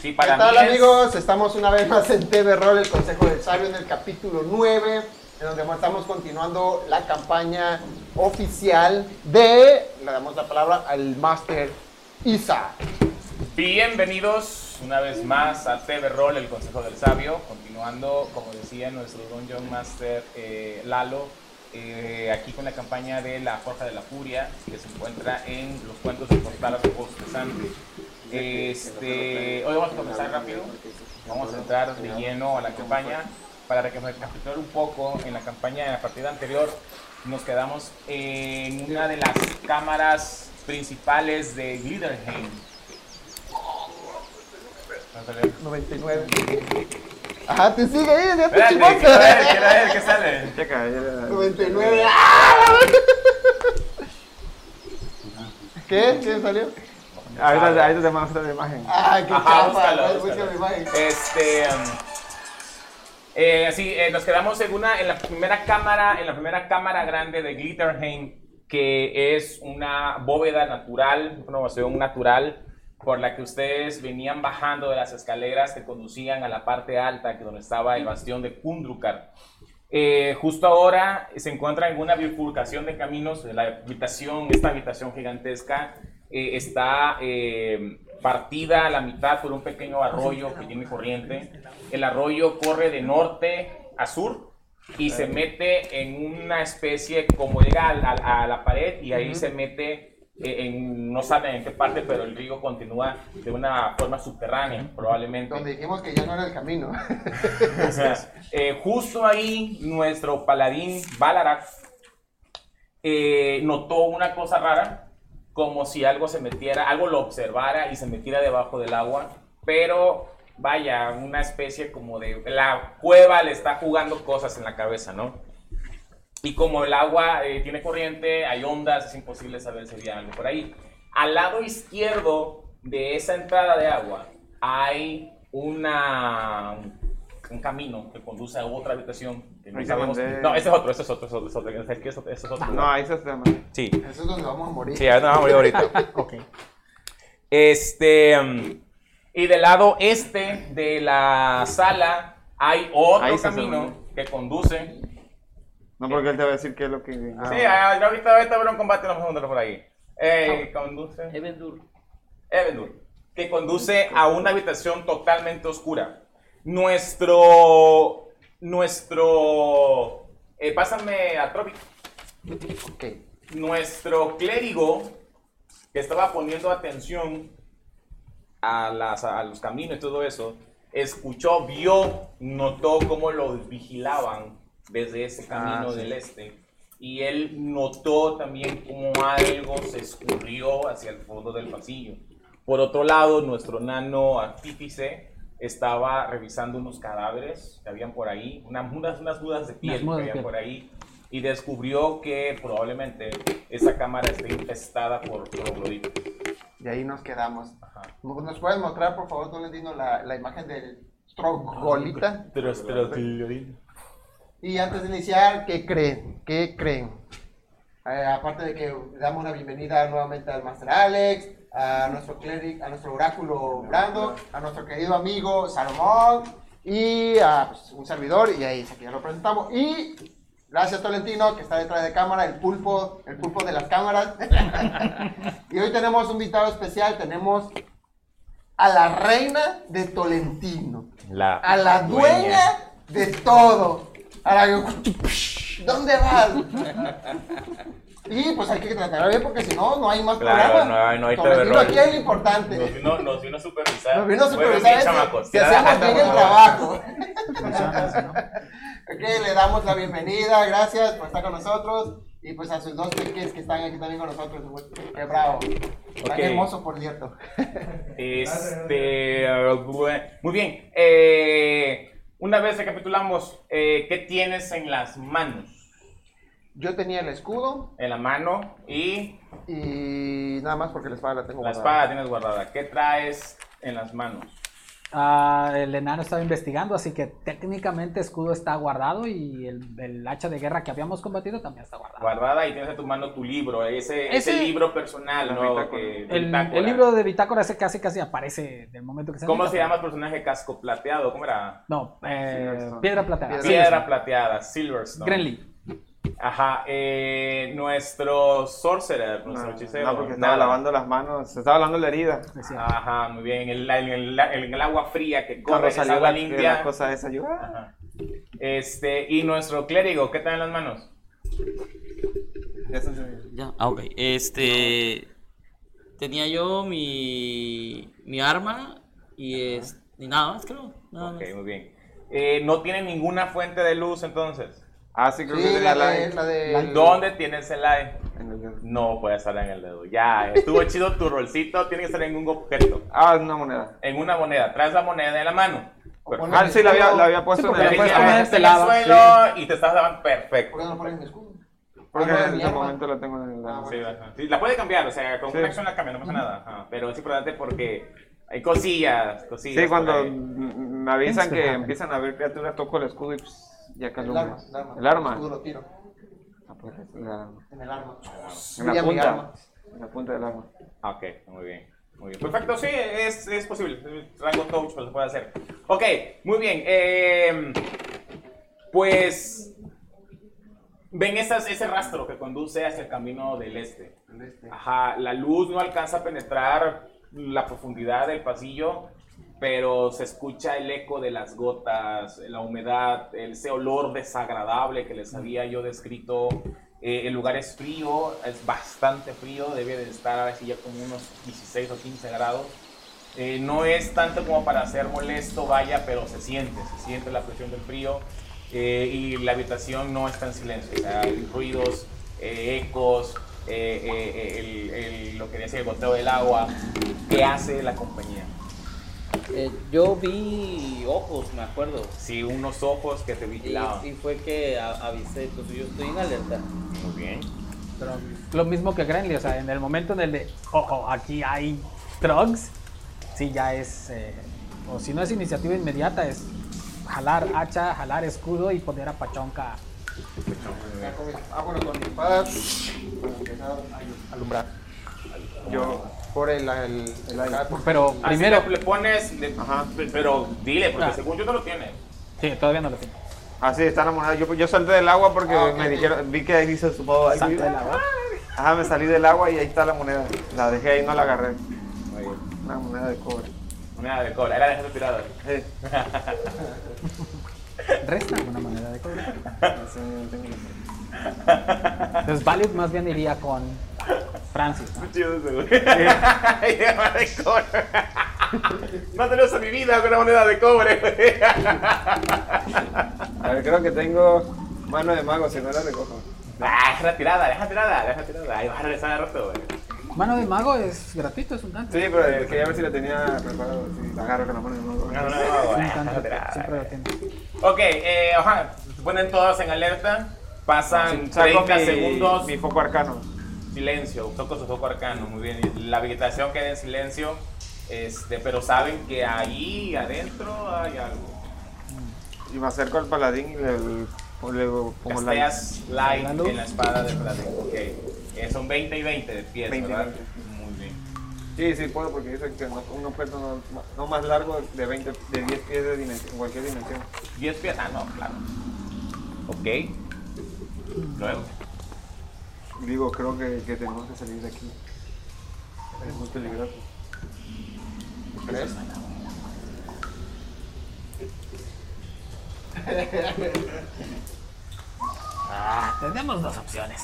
sí, ¿Qué para tal mí es- amigos? Estamos una vez más en TV Roll, el Consejo del Sabio, en el capítulo 9, en donde estamos continuando la campaña oficial de, le damos la palabra al Master Isa. Bienvenidos una vez más a TV Roll, el Consejo del Sabio. Continuando, como decía nuestro Dungeon Master eh, Lalo, eh, aquí con la campaña de La Forja de la Furia, que se encuentra en los cuentos de Portalas de Bosque Sante. Este, hoy vamos a comenzar rápido, vamos a entrar de lleno a la campaña. Para recapitular un poco, en la campaña, en la partida anterior, nos quedamos en una de las cámaras principales de Glitterheim. 99. Ajá, te sigue ahí, ya te Espérate, ¿qué sale? ¿Qué chimote. sale? ¿Qué sale? Checa, era- 99. ¡Ah! ¿Qué? ¿Qué salió? Ahorita ahorita te mando la imagen. Ah, qué Ajá, chapa, búscalo, busca mi búscalo. imagen. Este. um, eh, sí, eh, nos quedamos en, una, en la primera cámara, en la primera cámara grande de Glitterheim, que es una bóveda natural, una ovación natural, por la que ustedes venían bajando de las escaleras que conducían a la parte alta, que donde estaba el bastión de Kundrukar. Eh, justo ahora se encuentra en una bifurcación de caminos. La habitación, esta habitación gigantesca, eh, está eh, partida a la mitad por un pequeño arroyo que tiene corriente. El arroyo corre de norte a sur y se mete en una especie, como llega a, la- a la pared y ahí se mete. eh, En, no saben en qué parte, pero el río continúa de una forma subterránea, probablemente. Donde dijimos que ya no era el camino. O sea, eh, justo ahí nuestro paladín Balarak eh, notó una cosa rara, como si algo se metiera, algo lo observara y se metiera debajo del agua, pero vaya, una especie como de... La cueva le está jugando cosas en la cabeza, ¿no? Y como el agua eh, tiene corriente, hay ondas, es imposible saber si había algo por ahí. Al lado izquierdo de esa entrada de agua hay una, un camino que conduce a otra habitación. que no Ahí te sabemos- mandé. No, ese es otro, ese es otro, ese es otro, ese es otro, ese es otro, ese es otro. No, ahí se está. Sí, Eso es donde vamos a morir. Sí, ahora nos vamos a morir ahorita. Este. mm, Y del lado este de la sala hay otro Ahí está camino que conduce. No, porque él te va a decir qué es lo que. sí, ah, yo ahorita, ahorita habrá un combate, vamos a mandarlo por ahí. Eh, conduce. Evendur. Evendur, que conduce a una habitación totalmente oscura. Nuestro. Nuestro. eh, pásame a Tropic. Ok. nuestro clérigo que estaba poniendo atención a, las, a los caminos y todo eso, escuchó, vio, notó cómo los vigilaban desde ese camino sí. del este. Y él notó también cómo algo se escurrió hacia el fondo del pasillo. Por otro lado, nuestro nano artífice estaba revisando unos cadáveres que habían por ahí, unas mudas, unas mudas de piel Unas mudas que de habían piel. por ahí, y descubrió que probablemente esa cámara esté infestada por trogloditas. Y ahí nos quedamos. Ajá. ¿Nos puedes mostrar, por favor, dónde vino la, la imagen del Strogolita? Tros- trogloditas. Y antes de iniciar, ¿qué creen? ¿Qué creen? Eh, aparte de que damos la bienvenida nuevamente al Master Alex, a nuestro cleric, a nuestro oráculo Brando, a nuestro querido amigo Salomón y a pues, un servidor, y ahí se- aquí ya lo presentamos. Y gracias Tolentino, que está detrás de cámara, el pulpo, el pulpo de las cámaras. y hoy tenemos un invitado especial, tenemos a la reina de Tolentino. La A la dueña de todo. A la que- ¿Dónde vas? Y pues hay que tratarla bien porque si no, no hay más Claro, no programa. hay- no hay Como TV digo, Roll. aquí es lo Nos importante. vino, nos vino a supervisar. Nos vino a Bueno, supervisar sí, ese- chamacos. si Ya, ya, hacemos bien el bueno. trabajo. Ok, le damos la bienvenida, gracias por estar con nosotros. Y pues a sus dos peques que están aquí también con nosotros. Qué bravo. Tan Ok. hermoso, por cierto. Este, bue- muy bien. eh, una vez recapitulamos, eh, ¿qué tienes en las manos? Yo tenía el escudo En la mano y y nada más porque la espada la tengo la guardada. espada tienes guardada. ¿Qué traes en las manos? Ah, el enano estaba investigando, así que técnicamente escudo está guardado y el, el hacha de guerra que habíamos combatido también está guardado. Guardada y tienes a tu mano tu libro, ese, ese, Ese- libro personal, La ¿no? bitácora. Que- de El, bitácora. el libro de bitácora ese casi casi aparece del momento que se ¿Cómo anota. se llama el personaje casco plateado? ¿Cómo era? No, eh, Silverstone. piedra plateada. Piedra plateada, Silverstone. Grenly. Ajá, eh, nuestro sorcerer, No, nuestro hechicero. no, porque estaba Nada. lavando las manos, se estaba lavando la herida. es cierto. Ajá, muy bien. El, el, el- el agua fría que Cuando corre, esa salió agua la, limpia. la cosa esa, yo, ah, Ajá. Este, y nuestro clérigo, ¿qué tal en las manos? ya se encendió. Ya, ah, ok. Este. Tenía yo mi. Mi arma y, es, y nada más, creo. Nada ok, más. muy bien. Eh, ¿No tiene ninguna fuente de luz entonces? Ah, sí, creo que Sí, tenía la la de. La de ¿Dónde tienes el aire? en el- No puede estar en el dedo. Ya, estuvo chido tu rolcito, tiene que estar en un objeto. Ah, una moneda. En una moneda, traes la moneda en la mano. Perfecto. Ponlo en Ah, mi sí, la había, escudo. la había puesto Sí, en porque Ya el... la puedes dijiste, poner este "Ah, está en el pelada", suelo y te estás lavando perfecto. ¿Por qué no lo pones en mi escudo? Porque Ah, no, en mi este arma. momento la tengo en Ah, la... Sí, ajá. Sí, la puede cambiar, o sea, con Sí. una acción la cambia, no pasa nada. Ajá, Pero es importante porque hay cosillas, cosillas. Sí, cuando por ahí. m- me avisan Eso, que madre. empiezan a ver criaturas, toco el escudo y pues, ya que El arma. alumbra. El arma. escudo lo tiro. Ah, pues, en la- En el arma. En la Brilla mi punta. arma. En la punta del arma. Ah, Ok, muy bien. Muy bien. Perfecto, sí, es, es posible. El Rango touch pues, lo puede hacer. Ok, muy bien. eh, pues ven esas, ese rastro que conduce hacia el camino del este. El este. Ajá, la luz no alcanza a penetrar la profundidad del pasillo, pero se escucha el eco de las gotas, la humedad, ese olor desagradable que les había yo descrito. Eh, el lugar es frío, es bastante frío, debe de estar a ver si ya como unos 16 o 15 grados. Eh, no es tanto como para ser molesto, vaya, pero se siente, se siente la presión del frío eh, y la habitación no está en silencio. O sea, hay ruidos, eh, ecos, eh, eh, el- el- lo que decía el goteo del agua, que hace la compañía. Eh, yo vi ojos, me acuerdo. Sí, unos ojos que te Y, vigilaban. y fue que a- avisé, pues yo estoy en alerta. Muy bien. Pero Lo mismo que Grenly, o sea, en el momento en el de, ojo, aquí hay drugs, sí ya es, eh, o si no es iniciativa inmediata, es jalar hacha, jalar escudo y poner a Pachonca. Ya con mi- Ah, bueno, con mi espada. para empezar a Alumbrar. Yo... Por el. el, el aire. Pero Así primero, le, le pones, le- Ajá. pe- pero dile, porque Ah. según yo no lo tienes. sí, todavía no lo tengo. Ah, sí, está la moneda. Yo, yo salté del agua porque Ah, ok. me dijeron, vi que ahí se supo algo. Salto del agua. Ajá, me salí del agua y ahí está la moneda. La dejé ahí, no la agarré. Muy bien. Una moneda de cobre. Moneda de cola, era de ejército tirado. Sí. Resta alguna moneda de cobrar. No sé, no tengo idea. Entonces, Valid más bien iría con Francis. ¿no? Chido seguro. Y de moneda de cobre. Más valiosa mi vida con una moneda de cobre. A ver, creo que tengo mano de mago, si no la recojo. Ah, deja tirada, deja tirada, deja tirada. Ahí vas a regresar al rato, güey. Mano de mago es gratuito, es un tanto. Sí, pero eh, quería ver si la tenía preparado. Si la agarro con la mano de mago. No, no, no, Es güey, un deja tanto, tirada. siempre lo tiene. Ok, eh, ajá, se ponen todos en alerta. Pasan Saco 30 mi- segundos. Mi foco arcano. Silencio, toco su foco arcano, muy bien. Y La habitación queda en silencio, este, pero saben que ahí adentro hay algo. Y me acerco al paladín y le, le pongo la. Casteas light ¿La luz? en la espada de Platón. Ok, Eh, son 20 y 20 de pies, 20 y ¿verdad? 20. Muy bien. Sí, sí, puedo porque dice que no, un objeto no, no más largo de 20, de 10 pies de dimensión, cualquier dimensión. 10 pies, ah, no, claro. Ok. Luego. Digo, creo que, que tenemos que salir de aquí. Es muy peligroso. ¿Crees? Ah, tenemos dos opciones.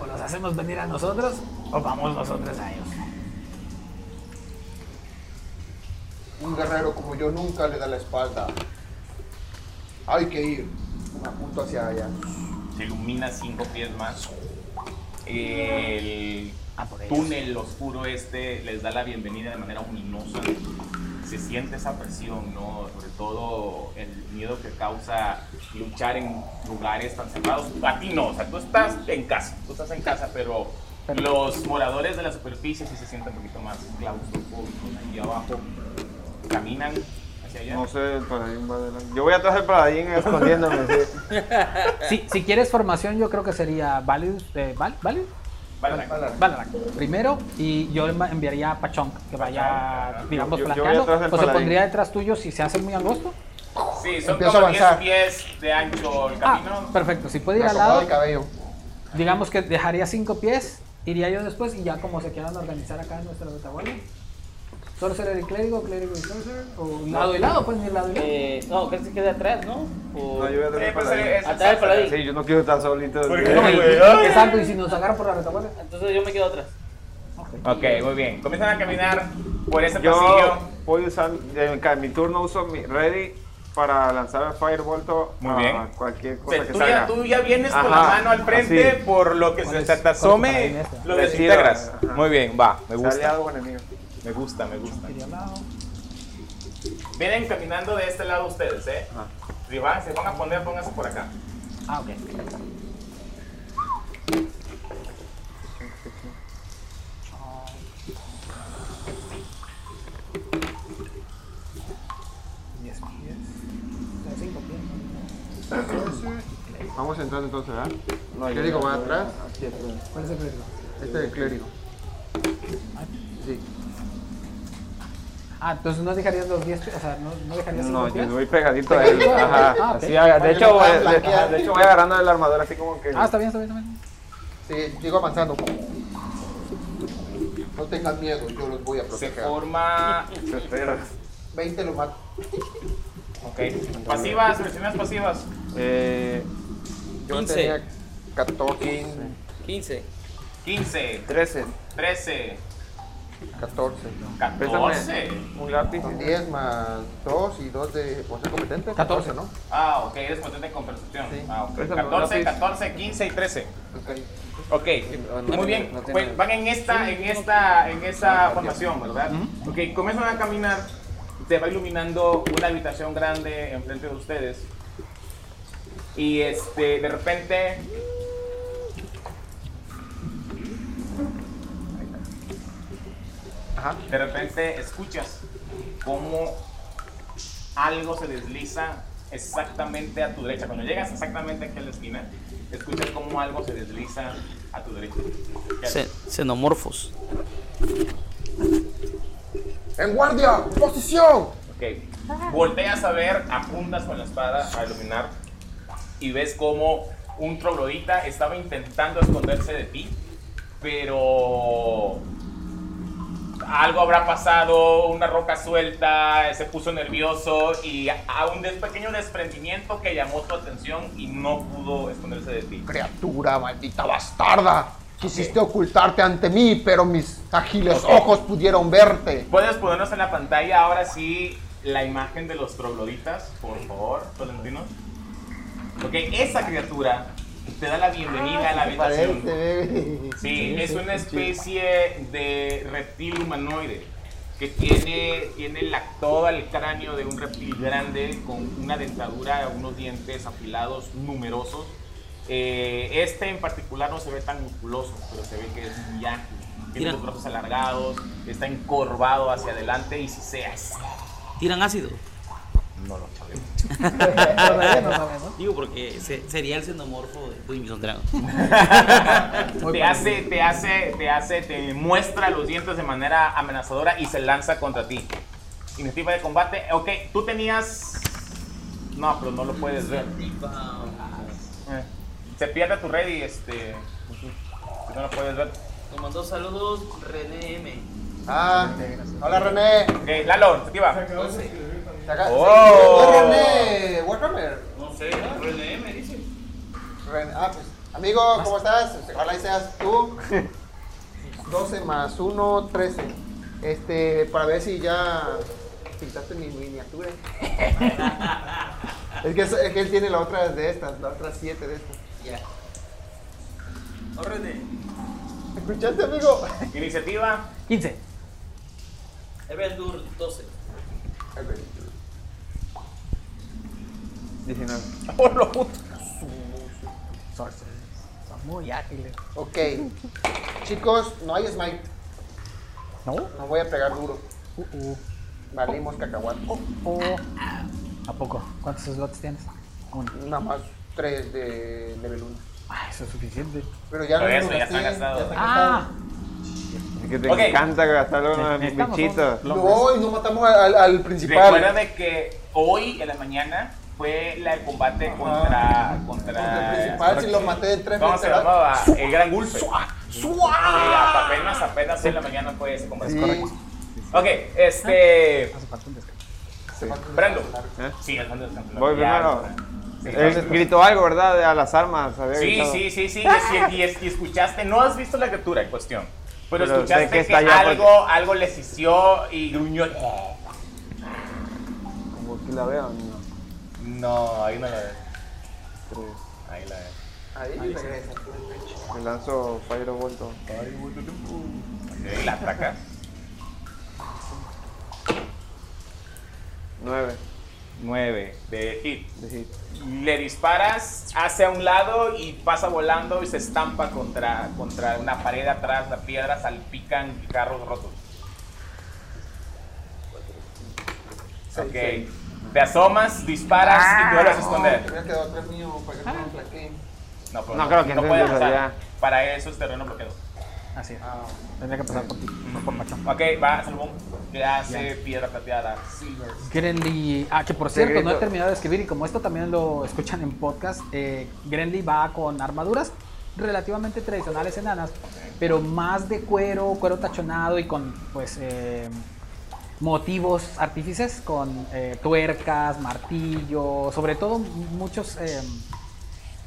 O los hacemos venir a nosotros o vamos nosotros a ellos. Un guerrero como yo nunca le da la espalda. Hay que ir. Me apunto hacia allá. se ilumina cinco pies más. El Ah, por ellos. túnel oscuro este les da la bienvenida de manera ominosa. Se siente esa presión, ¿no? Sobre todo el miedo que causa luchar en lugares tan cerrados. A ti no, o sea, tú estás en casa, tú estás en casa, pero los moradores de la superficie sí se sienten un poquito más claustrofóbicos aquí abajo. caminan hacia allá. No sé, el paladín va adelante. Yo voy atrás del paladín escondiéndome. sí. eh. Si, si quieres formación, yo creo que sería Validus, eh, Val, Valid- Vale, Balrog primero y yo env- enviaría a Pachón que vaya, Pachón, digamos, yo- yo voy flanqueando atrás del o se paladín. pondría detrás tuyo si se hace muy angosto. Sí, son Empiezo como a 10 avanzar. pies de ancho el Ah, camino. perfecto, si puede Me ir al acomodo lado, el cabello. digamos que dejaría cinco pies, iría yo después y ya como se quieran organizar acá en nuestra retaguardia. Sorcerer y clérigo, clérigo y sorcerer, o lado y lado, pueden ir lado y lado. Eh, no, creo que se queda atrás, ¿no? O- No, yo voy atrás Eh, del pues, paladín. eh, es el Atrás del paladín. Sí, yo no quiero estar solito. ¿Por Sí. qué? güey, ay. eh, Exacto, y si nos agarran por la retaguardia. Entonces yo me quedo atrás. Ok, muy bien. Comienzan a caminar por ese Yo pasillo. voy a usar, en ca- mi turno uso mi ready para lanzar el Firebolt Muy a bien. cualquier O sea, Pues, cosa que tú, ya, salga. tú ya vienes con la Ajá, mano al frente, así. por lo que se es- te cuál es tu asome, paladín este? lo Decido, desintegras. ajá. Muy bien, va, me Sea gusta. aliado o enemigo. Me gusta, me gusta. Iría al lado. Vienen caminando de este lado ustedes, ¿eh? Si van, se van a poner, pónganse por acá. Ah, ok. Diez pies. O sea, cinco pies. Vamos entrando entonces, ¿verdad? No, yo Clérigo no- va atrás. Aquí atrás. ¿Cuál es el clérigo? Este es el clérigo. Sí. Ah, entonces no dejarías los 10 pies, o sea, no, no dejarías No, cinco yo pies. voy pegadito a él. Ajá. Ah, ok. Así haga- De hecho, voy- Para que no puedan de, blanquear. de hecho, voy agarrando la armadura así como que. Ah, está bien, está bien, está bien. Sí, sigo avanzando. No tengan miedo, yo los voy a Se proteger. forma. Te esperas. 20 lo mato. Ok. Pasivas, versiones pasivas. Eh, Yo 15. tenía 14, 15. 15, 13. 13, 14. 14. Un lápiz. Son 10 más 2 y 2 de por ser competente. 14. ¿no? Ah, ok, eres potente con percepción. Sí. Ah, ok. Préstame un 14, lápiz. 14, 15 y 13. Ok. Ok, Ah, no muy tiene- bien. no tiene- Pues van en esta, en esta, en esa formación, ¿verdad? Ok, comienzan a caminar. Se va iluminando una habitación grande enfrente de ustedes. Y este, de repente. Ajá. De repente escuchas cómo algo se desliza exactamente a tu derecha. Cuando llegas exactamente aquí a la esquina, escuchas cómo algo se desliza a tu derecha. ¿Qué haces? Ce- Xenomorfos. ¡En guardia! ¡Posición! Ok. Volteas a ver, apuntas con la espada a iluminar y ves cómo un troglodita estaba intentando esconderse de ti, pero algo habrá pasado, una roca suelta, se puso nervioso y a un des- pequeño desprendimiento que llamó tu atención y no pudo esconderse de ti. Criatura maldita bastarda. Quisiste ocultarte ante mí, pero mis ágiles Ok. ojos pudieron verte. Puedes ponernos en la pantalla ahora sí la imagen de los trogloditas, por favor, Tolentino. Ok, esa criatura te da la bienvenida a la habitación. Parece, Sí, es una especie de reptil humanoide que tiene, tiene la, todo el cráneo de un reptil grande con una dentadura, unos dientes afilados numerosos. Eh, este en particular no se ve tan musculoso, pero se ve que es muy ágil. Tiene Mira. los brazos alargados, está encorvado hacia adelante y si seas. Tiran ácido. No lo sabemos. Digo, porque se- sería el xenomorfo de Uy, mis dragon. Te hace, te hace, te hace, te muestra los dientes de manera amenazadora y se lanza contra ti. Iniciativa de combate. Ok, tú tenías. No, pero no lo puedes ver. Eh, Se pierde tu red y este. No lo puedes ver. Te mandó saludos, René M. Ah, hola René. Ok, Lalo, iniciativa. Se acaba- Oh. ¿No es René Warhammer? No sé, René M, dice. René- ah, pues, amigo, ¿cómo estás? Este, Ojalá y seas tú. 12 más 1, 13. Este, para ver si ya pintaste mi miniatura. es, que, es que él tiene la otra de estas, la otra 7 de estas. Ya. No, René. ¿Escuchaste, amigo? Iniciativa. 15. Evendur 12. 19. Oh, lo puto. Sorcerer. Son muy ágiles. Ok. Chicos, no hay smite. ¿No? No voy a pegar duro. Uh, uh. Valimos cacahuate. O- ¿A poco? ¿Cuántos slots tienes? Uno. Nada más tres de level 1. Ah, eso es suficiente. Pero ya Pero no eso lo ya está gasté, gastado. ya está Ah, gastado. Es que te Ok. encanta gastarlo en los Necesitamos bichitos. un- No, y no matamos al, al principal. Recuerda de que hoy en la mañana fue la, el combate contra, Contra contra. el principal, si lo maté de tres ¿Cómo se veces, ¿verdad? llamaba? El gran Gulfe. Sí, apenas, apenas hoy en la mañana fue ese combate. Sí. Ok, este. hace falta un descanso. Brando. ¿Eh? Sí, Alejandro Santana. Voy Ya, primero. sí, Él gritó algo, ¿verdad? De a las armas. había Sí, gritado. sí, sí, sí, y, es- y escuchaste, no has visto la criatura en cuestión, pero, Pero sé escuchaste que que, está allá algo, algo les hició y gruñó. Como que la veo, no. No, ahí no la ves, Tres. ahí la ves. Ahí regresa. Me lanzo Firebolt. Y la atacas. Nueve. 9 de hit. de hit. Le disparas hacia un lado y pasa volando y se estampa contra, contra una pared atrás, la piedra salpican carros rotos. Ok. Te asomas, disparas Ah. y te vuelves a esconder. Te Ah, hubiera quedado atrás mío para que no me flanquee. No, pero No creo que puede entres desde pasar. allá. Para eso es terreno bloqueado. Así es. Ah, Tendría que pasar por ti, no por Machón. Ok, va, Salomón. Te hace piedra plateada. Silver. Grenly. Ah, que por Te cierto, no he grito. terminado de escribir y como esto también lo escuchan en podcast, eh, Grenly va con armaduras relativamente tradicionales enanas, pero más de cuero, cuero tachonado y con pues eh, motivos artífices, con eh, tuercas, martillos, sobre todo muchos eh,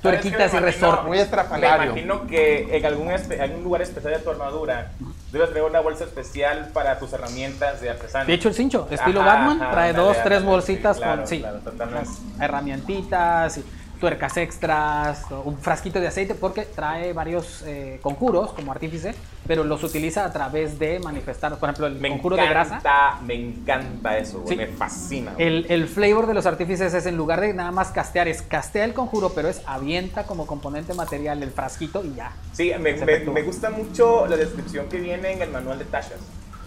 tuerquitas ¿Sabes y qué? Me imagino- resortes. Muy estrafalario. Me imagino que en algún, espe- algún lugar especial de tu armadura debes traer una bolsa especial para tus herramientas de artesano. De hecho, el cincho, estilo Ajá, Batman, ajá, trae ándale, dos, ándale, tres sí, bolsitas claro, con sí, claro, totalmente. las herramientitas, y tuercas extras, o un frasquito de aceite, porque trae varios eh, conjuros como artífice, pero los utiliza a través de manifestar, por ejemplo, el me conjuro encanta, de grasa. Me encanta eso, güey, Sí. me fascina. güey. El, el flavor de los artífices es en lugar de nada más castear, es castea el conjuro, pero es avienta como componente material el frasquito y ya. Sí, me, Se me- efectúa. me gusta mucho la descripción que viene en el manual de Tashas,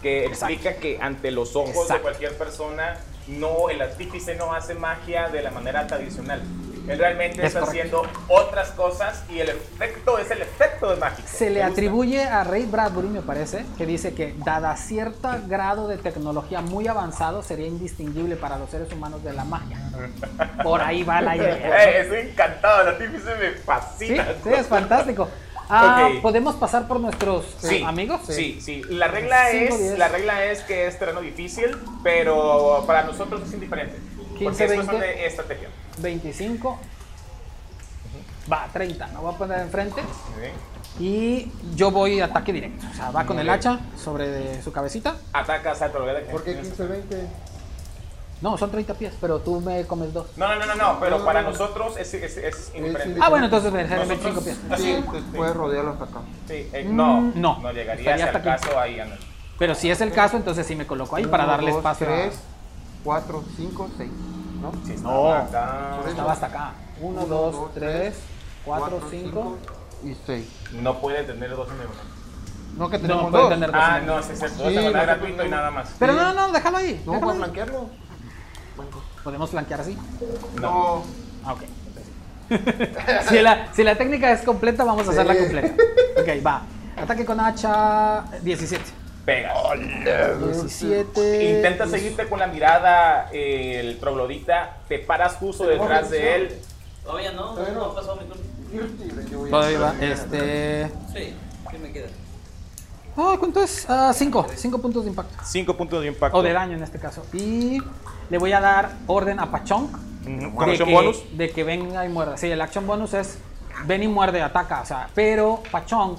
que explica que ante los ojos de Exacto. cualquier persona, no, el artífice no hace magia de la manera tradicional. Él realmente Es está correcto. haciendo otras cosas y el efecto es el efecto de mágico. Se Me le gusta. atribuye a Ray Bradbury, me parece, que dice que dada cierto grado de tecnología muy avanzado, sería indistinguible para los seres humanos de la magia. Por ahí va la idea. Eh, estoy encantado, el artífice me Sí, fascina. sí, es fantástico. Ah, Ok. ¿Podemos pasar por nuestros eh, Sí, amigos? Sí, sí. La regla Cinco, es, diez. la regla es que es terreno difícil, pero para nosotros es indiferente. 15, porque esto es 20. de estrategia. 25. Va, 30. Me voy a poner enfrente. Y yo voy ataque directo. O sea, va con el hacha sobre de su cabecita. Atacas al problema. ¿Por qué 15-20? No, son 30 pies, pero tú me comes dos. No, no, no, no, no, pero para nosotros es, es, es indiferente. Ah, bueno, entonces me dejaré Nosotros- 25 pies. Sí, te puedes rodearlo hasta acá. Sí, eh, no, Mm, no. no, no llegaría Estaría hasta el hasta aquí. caso ahí. Ana. Pero si es el caso, entonces sí me coloco ahí para darle espacio. a- 3, 4, 5, 6. ¿No? Sí, estaba No. acá. Estaba hasta acá. 1, 2, 3, 4, 5. y 6. No puede tener dos en diagonal. No, que tenemos No, puede dos. tener dos. Ah, no, sí, es cierto. Sí, Esa no, es no, gratuito y no. nada más. Pero no, no, no, déjalo ahí. No, déjalo para ahí. flanquearlo. Podemos flanquear así. No. No. Ah, ok. entonces sí. si, la, si la técnica es completa, vamos a hacerla Sí. completa. Ok, va. Ataque con hacha 17. Pega. 17. Intenta seguirte con la mirada eh, el troglodita, te paras justo detrás de él. Todavía no, no, no ha pasado mi turno. Todavía va. Este. Sí, ¿qué me queda? Ah, ¿cuánto es? 5. 5 puntos de impacto. 5 puntos de impacto. O de daño en este caso. Y le voy a dar orden a Pachonk Ujú. de Action que, bonus. de que venga y muerda. Sí, el action bonus es ven y muerde, ataca. O sea, pero Pachong,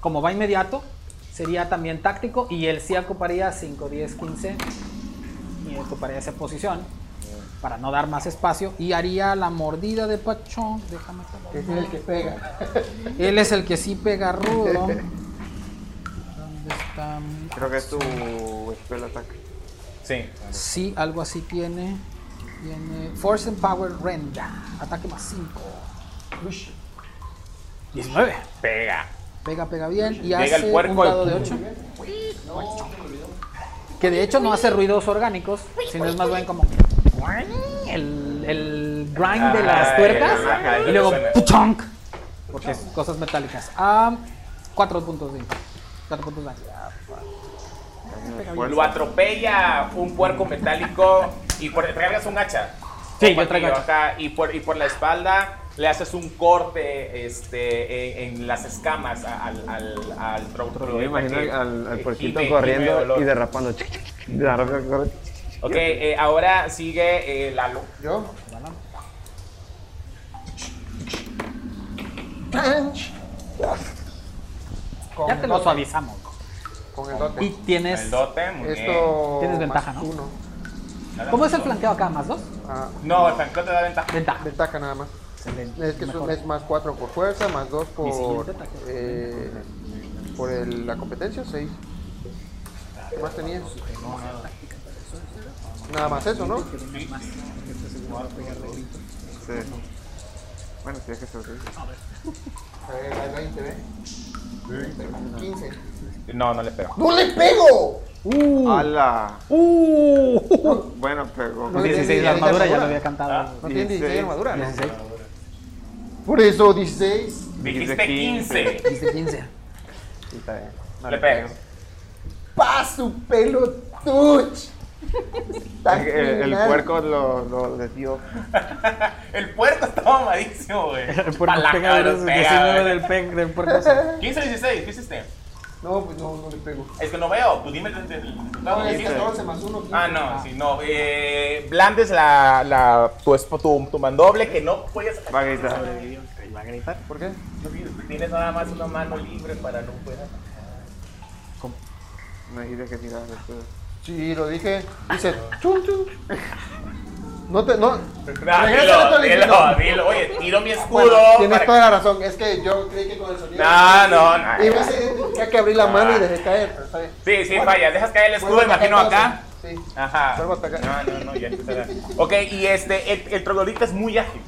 como va inmediato, sería también táctico y él sí ocuparía 5, 10, 15 y ocuparía esa posición para no dar más espacio y haría la mordida de Pachong. Déjame Que es el que pega. Él es el que sí pega rudo. ¿Dónde está? mi- Creo que es tu spell attack. Sí. Sí, algo así tiene. Tiene Force and Power Renda. Ataque más 5. 19. Pega. Pega, pega bien. Y Llega hace el puerco un dado y- de 8. Que de hecho no hace ruidos orgánicos, sino es más bien como el, el grind de las Ay, tuercas ajá, y luego suena. puchonk, porque es cosas metálicas. Ah, cuatro puntos de impacto. Cuatro puntos de daño. Lo atropella un puerco metálico y por, traigas un hacha. Sí, Un yo traigo martillo, ajá, y por, y por la espalda le haces un corte este, en, en las escamas a- al, al, al Me voy a imaginar que- al, al que puerquito gime- gime corriendo dolor. y derrapando. Chic, chic, chic, derrapando. Ok, eh, ahora sigue eh, Lalo. Yo. Con Ya el te lo dote, suavizamos. Con el dote. Y tienes. El dote, muy bien. Esto. Tienes ventaja, más ¿no? uno. ¿Cómo es el flanqueo acá? ¿Más dos? Ah, No, el flanqueo te da ventaja. Ventaja. ventaja nada más. Excelente. Es que es, Mejor. es más 4 por fuerza, más 2 Mi siguiente por. ataque. eh, por el- la competencia, 6. ¿Qué más tenías? Nada más eso, ¿no? Sí. Bueno, sí, es que se lo digo. A ver, hay 20, ¿ve? 15. No, no le pego. ¡No le pego! ¡Hala! ¡Uh! Bueno, pues, pegó. No, 16 de ya- ya- ya armadura, ya lo armadura. había cantado. No tiene 16 de 16. armadura, ¿no? 16. Por eso 16. Dijiste 15. Dice 15. Sí, está bien. No Le pego. ¡Pa su pelo touch! Está El, Eh, el genial. puerco lo, lo desvió. El puerco está mamadísimo, güey. El puerco Palaca, pega los del pega, güey. del pe- del puerco. sí. 15 o 16, ¿qué hiciste? No, pues no, no le pego. Es que no veo, pues dime. el- el- el- No, el- es 14 más 1. Ah, no, sí, no. Eh, blandes la, la, tu, esp- tu, tu mandoble que no puedes Va a gritar. ¿Por qué? Tienes nada más una mano libre para no poder. Me dijiste que tiras después. Sí, lo dije. Dice, chum, chum. No te, no. Nah, Regresa dilo, otro dilo, líquido. dilo. Oye, tiro mi escudo. Bueno, tienes para- toda la razón. Es que yo creí que con el sonido. No, no, no. Y me dice, ya que abrí la mano y dejé caer. Pero está bien. Sí, sí, falla. Dejas caer el escudo, imagino acá. Ah. Sí. Ajá. Vuelvo a atacar. No, no, no, ya está. Ok, y este, el, el troglodita es muy ágil.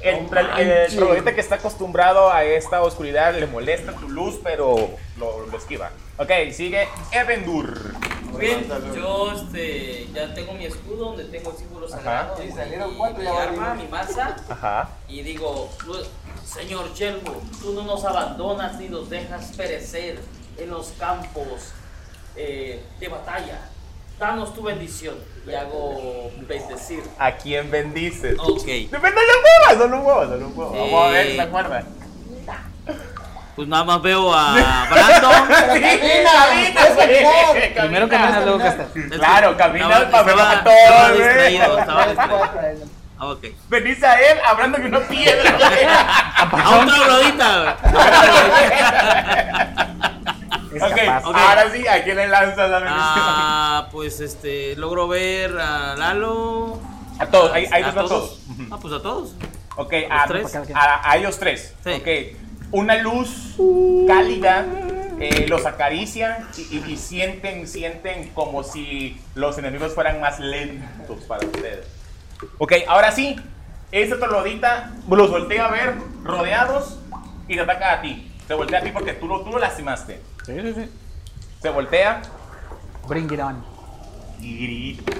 El, No tra- el manches. troglodita que está acostumbrado a esta oscuridad le molesta tu luz, pero lo, lo esquiva. Ok, sigue Evendur. Bien, yo este, ya tengo mi escudo donde tengo el símbolo sagrado. Sí, mi- salieron cuatro, ya mi valimos. arma, mi maza. Ajá. Y digo, "Lu- Señor Yerbo, tú no nos abandonas ni nos dejas perecer en los campos eh, de batalla. Danos tu bendición. Y hago bendecir. ¿A quién bendices? Ok, Depende de huevas, son un huevo, son un Oh. huevo. Sí. Vamos a ver, ¿se acuerdan? pues nada más veo a Brandon. Sí, camina, camina, es güey, mejor. camina. Primero caminas, luego gastas. Claro, camina Estaba- para ver estaba- a todos, estaba güey. distraído, estaba distraído. Cuatro. Ah, ok. Venís a él hablando que una piedra. A otra brodita. ok, Ok. ahora sí, ¿a quién le lanzas la bendición? Ah, pues este, logro ver a Lalo. A todos, hay, hay dos datos. Ah, pues a todos. Ok, ¿A a, los tres? a- a ellos tres. Sí. Ok, una luz cálida eh, los acaricia y, y- y sienten, sienten como si los enemigos fueran más lentos para ustedes. Ok, ahora sí, esta torlodita los voltea a ver rodeados y te ataca a ti. Te voltea a ti porque tú lo, tú lo lastimaste. Sí, sí, sí. Se voltea Bring it on. y grita.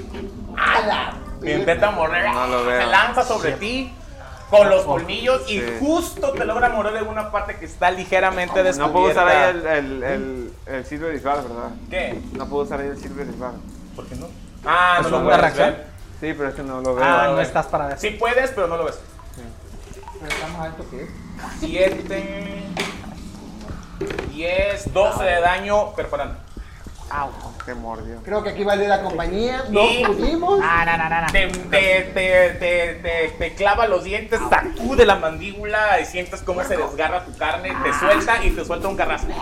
Te intenta morder. No lo veo. Se lanza sobre ti con los colmillos y Sí. justo te logra morder en una parte que está ligeramente descubierta. No puedo usar ahí el, el, el, ¿Mm? el Silver Disbar, ¿verdad? ¿Qué? No puedo usar ahí el Silver Disbar. ¿Por qué no? Ah, no ¿Es lo una puedes reacción? ver. Sí, pero este no lo veo. Ah, no, no eh. estás para ver. Sí puedes, pero no lo ves. Pero está más alto este. que es. 7 10, 12 de daño perforando. Au. Te mordió. Creo que aquí vale la compañía. No Sí. pudimos. Ah, no, no, no, no. Te, te, te, te, te- te clava los dientes, sacude la mandíbula y sientes cómo se desgarra tu carne, te suelta y te suelta un carrasco.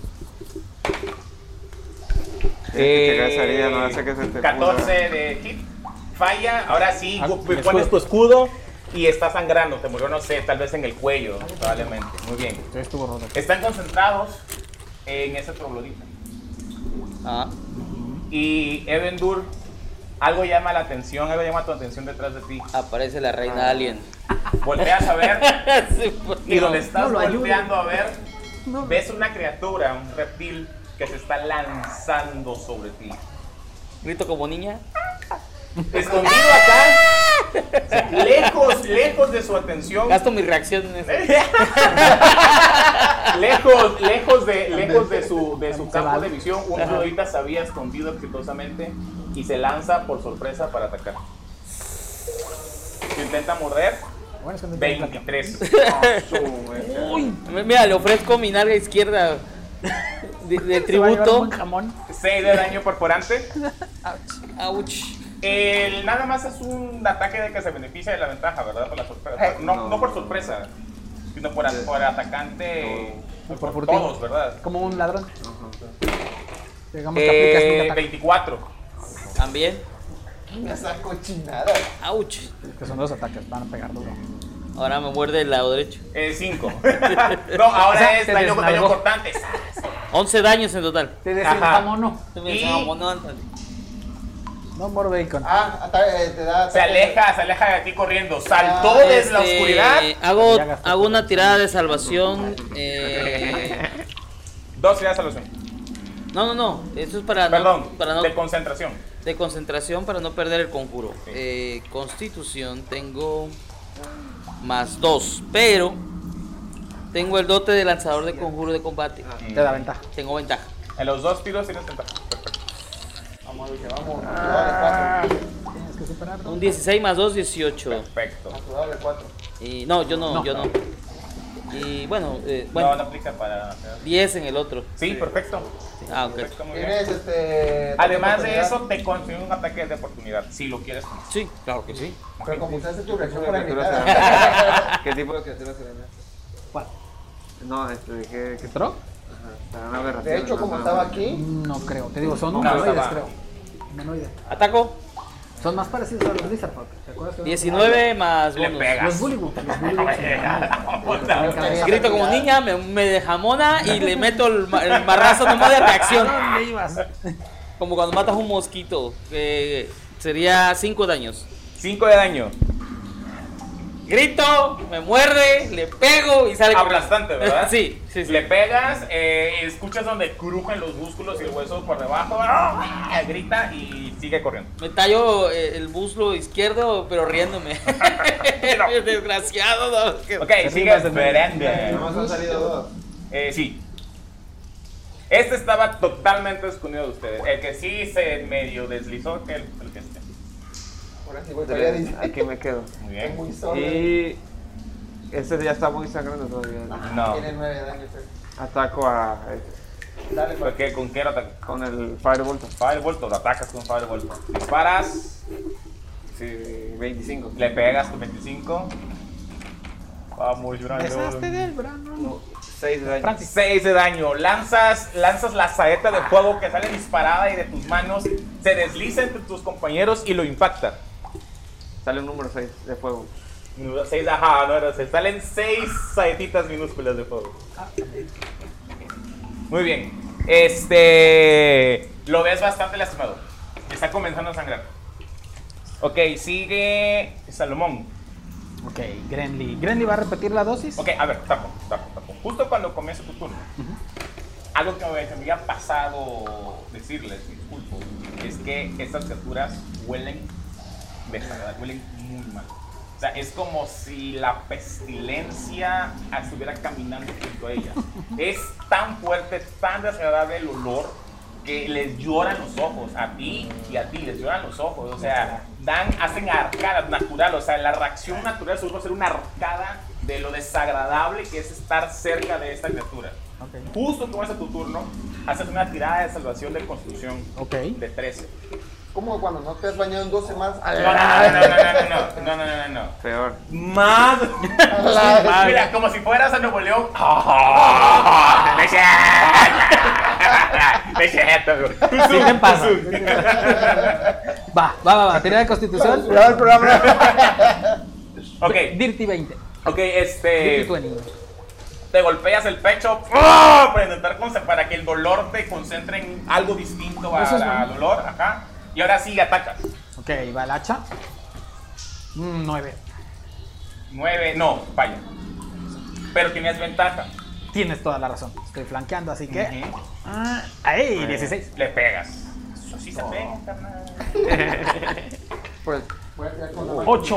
Tienes Este, que checar esa herida, no hace que se te 14 Eh, de hit. Falla, ahora sí, Ah, gu- mi pones escudo. tu escudo y está sangrando. Te murió, no sé, tal vez en el cuello, probablemente. Muy bien. Sí, estuvo roto. Están concentrados en ese troglodita. Ah, Y Evendur, algo llama la atención, algo llama tu atención detrás de ti. aparece la reina alien. Volteas a ver Sí, pues, Ah. y donde estás no lo ayudes. volteando a ver, ves una criatura, un reptil que se está lanzando sobre ti. Grito como niña. Escondido acá, ¡Ah! lejos, lejos de su atención, Gasto mi reacción en eso. lejos, lejos de, lejos de su, de su Se campo vale. de visión, un druida se había escondido exitosamente y se lanza por sorpresa para atacar. Se intenta morder, Bueno, es que no tiene placa. 23. Uy, me- mira, le ofrezco mi nalga izquierda de, de Se va a llevar un tributo. buen jamón. 6 de daño perforante. Ouch. El, nada más es un ataque de que se beneficia de la ventaja, ¿verdad? Por la Eh, sorpresa. No, no. no. por sorpresa, sino por, a- por atacante. Por Por, furtivo. todos, ¿verdad? Como un ladrón. Digamos que aplicas Eh, nunca ataca. 24. También. Esa cochinada. Ouch. Que son dos ataques, van a pegar duro. Ahora me muerde el lado derecho. 5. eh, no, ahora O sea, es te daño, daño desnalgó. cortante. 11 daños en total. Te Ajá. mono. Y- No more bacon. Ah, ata- eh, te da. Se aleja, se aleja de ti corriendo. Saltó Ah, desde la oscuridad. Este, Hago, Ya gastó. hago una tirada de salvación. eh, Dos tiradas a la opción. no, no, no. Eso es para Perdón, no, para no de concentración. de concentración para no perder el conjuro. Sí. Eh, constitución tengo más 2, pero tengo el dote de lanzador de conjuro de combate. Ah, Te da ventaja. Tengo ventaja. En los dos tiros tienes ventaja. Vamos, dije, vamos. Natural de Tienes que superarlo. Un 16 más 2, 18. Perfecto. cuatro. Natural de cuatro. Y, no, yo no, No. yo no. Y bueno, eh, No, no bueno aplica para. 10 en el otro. Sí, perfecto. Ah, ok. Perfecto, muy bien. Tienes este. Además de oportunidad, eso, te consigue un ataque de oportunidad, si lo quieres. Sí, claro que sí. Pero como usaste tu reacción ¿Qué tipo para de evitar. criatura será? ¿Qué tipo de criatura será? ¿Cuál? No, este, ¿qué, qué ¿Tro? Ajá, será una aberración, De hecho, ¿no? como No, estaba no. aquí, No creo. Te digo, son No, humanoides, estaba- creo. Humanoides. Ataco. Son más parecidos a los Lizard Folk. ¿Te acuerdas? que- 19 más Le bonus. pegas. Los Bullywug. Los Bullywug. son humanoides. Tienen cabeza. Grito como niña, me, me dejamona y le meto el, ma- el marrazo nomás de reacción. ¿A dónde ibas? Como cuando matas un mosquito, que sería 5 daños. 5 de daño. Grito, me muerde, le pego y sale corriendo. Aplastante, ¿verdad? Sí, sí, sí. Le pegas, eh, escuchas donde crujen los músculos y el hueso por debajo. ¡ah! Grita y sigue corriendo. Me tallo eh, el muslo izquierdo, pero riéndome. Desgraciado. no, que- Ok, Te sigue rindas de mí. esperando. Nomás han salido dos. Eh, sí. Este estaba totalmente escondido de ustedes. El que sí se medio deslizó, el, el que este. ahora sí voy para allá. Tres. dice, Aquí me quedo. Muy Es bien. muy solo. Y ese ya está muy sangrando todavía. No. Tiene nueve daños. eh. Ataco a este, Dale, ¿Por qué? ¿Con qué lo atacas? con el Firebolt. Firebolt, lo atacas con Firebolt. Disparas, Sí, 25. le pegas tu 25. Vamos, llorando. del Brandon. 6 de daño. 6 de daño. Lanzas, lanzas la saeta de fuego que sale disparada y de tus manos se desliza entre tus compañeros y lo impacta. Sale un número 6 de fuego. 6, ajá, no era seis. Salen 6 saetitas minúsculas de fuego. Muy bien. Este. Lo ves bastante lastimado. Está comenzando a sangrar. Ok, sigue Salomón. Ok, Grenly. Grenly va a repetir la dosis. Ok, a ver, tapo, tapo, tapo. Justo cuando comienza tu turno, algo que me, que me había pasado decirles, disculpo, es que estas criaturas huelen desagradable, huelen muy mal. O sea, es como si la pestilencia estuviera caminando junto a ellas. Es tan fuerte, tan desagradable el olor que les lloran los ojos a ti y a ti, les lloran los ojos. O sea, dan, hacen arcadas natural. O sea, la reacción natural seguro va a ser una arcada de lo desagradable que es estar cerca de esta criatura. Ok. Justo como es tu turno, haces una tirada de salvación de construcción Ok. de 13. Como cuando no te has bañado en dos semanas. No, no, no, no, no, no, no, no, no, no, no. Peor. Más. Ala. Mira, como si fueras a Nuevo León. Me Sí te pasa. Va, va, va, va. Tirada de constitución. Clausurado el programa. Ok, Dirty 20. ok, este. Dirty 20. Te golpeas el pecho ¡ah! para intentar conce- para que el dolor te concentre en algo distinto a- Eso es al bueno. dolor. Ajá. Y ahora sí atacas. Ok, va el hacha. Mm, 9. Nueve, no, falla. Pero tienes ventaja. Tienes toda la razón. Estoy flanqueando, así que. Ah, ¡Ay! 16. Le pegas. Así Oh. se pega, carnal. Pues voy a tirar con la mano. 8.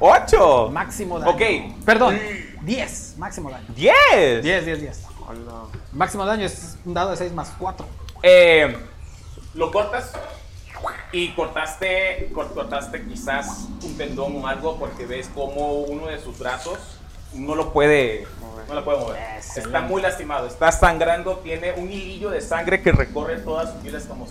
¡Ocho! Máximo daño. Ok. Perdón. 10. Máximo daño. ¡Diez! 10, 10, 10. Oh, Máximo daño es un dado de 6 más 4. Eh, lo cortas y cortaste, cor- cortaste quizás un tendón o algo porque ves como uno de sus brazos no lo puede no lo puede mover. Excelente. Está muy lastimado, está sangrando, tiene un hilillo de sangre que recorre todas sus fibras como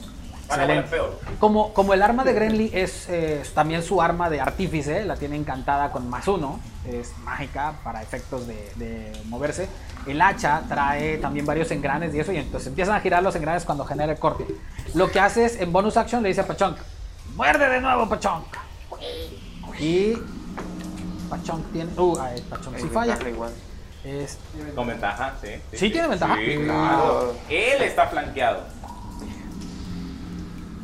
para ver Excelente. feo. Como, como el arma de Grenly es eh, también su arma de artífice, la tiene encantada con más uno, es mágica para efectos de, de moverse. El hacha trae también varios engranes y eso, y entonces empiezan a girar los engranes cuando genera el corte. Lo que hace es, en bonus action, le dice a Pachonk, muerde de nuevo Pachonk. Y Pachonk tiene... Uh, ah, eh, Pachonk sí falla. Ventaja igual. Es- Con ventaja, sí. Sí, tiene ventaja. Sí, claro. Él está flanqueado.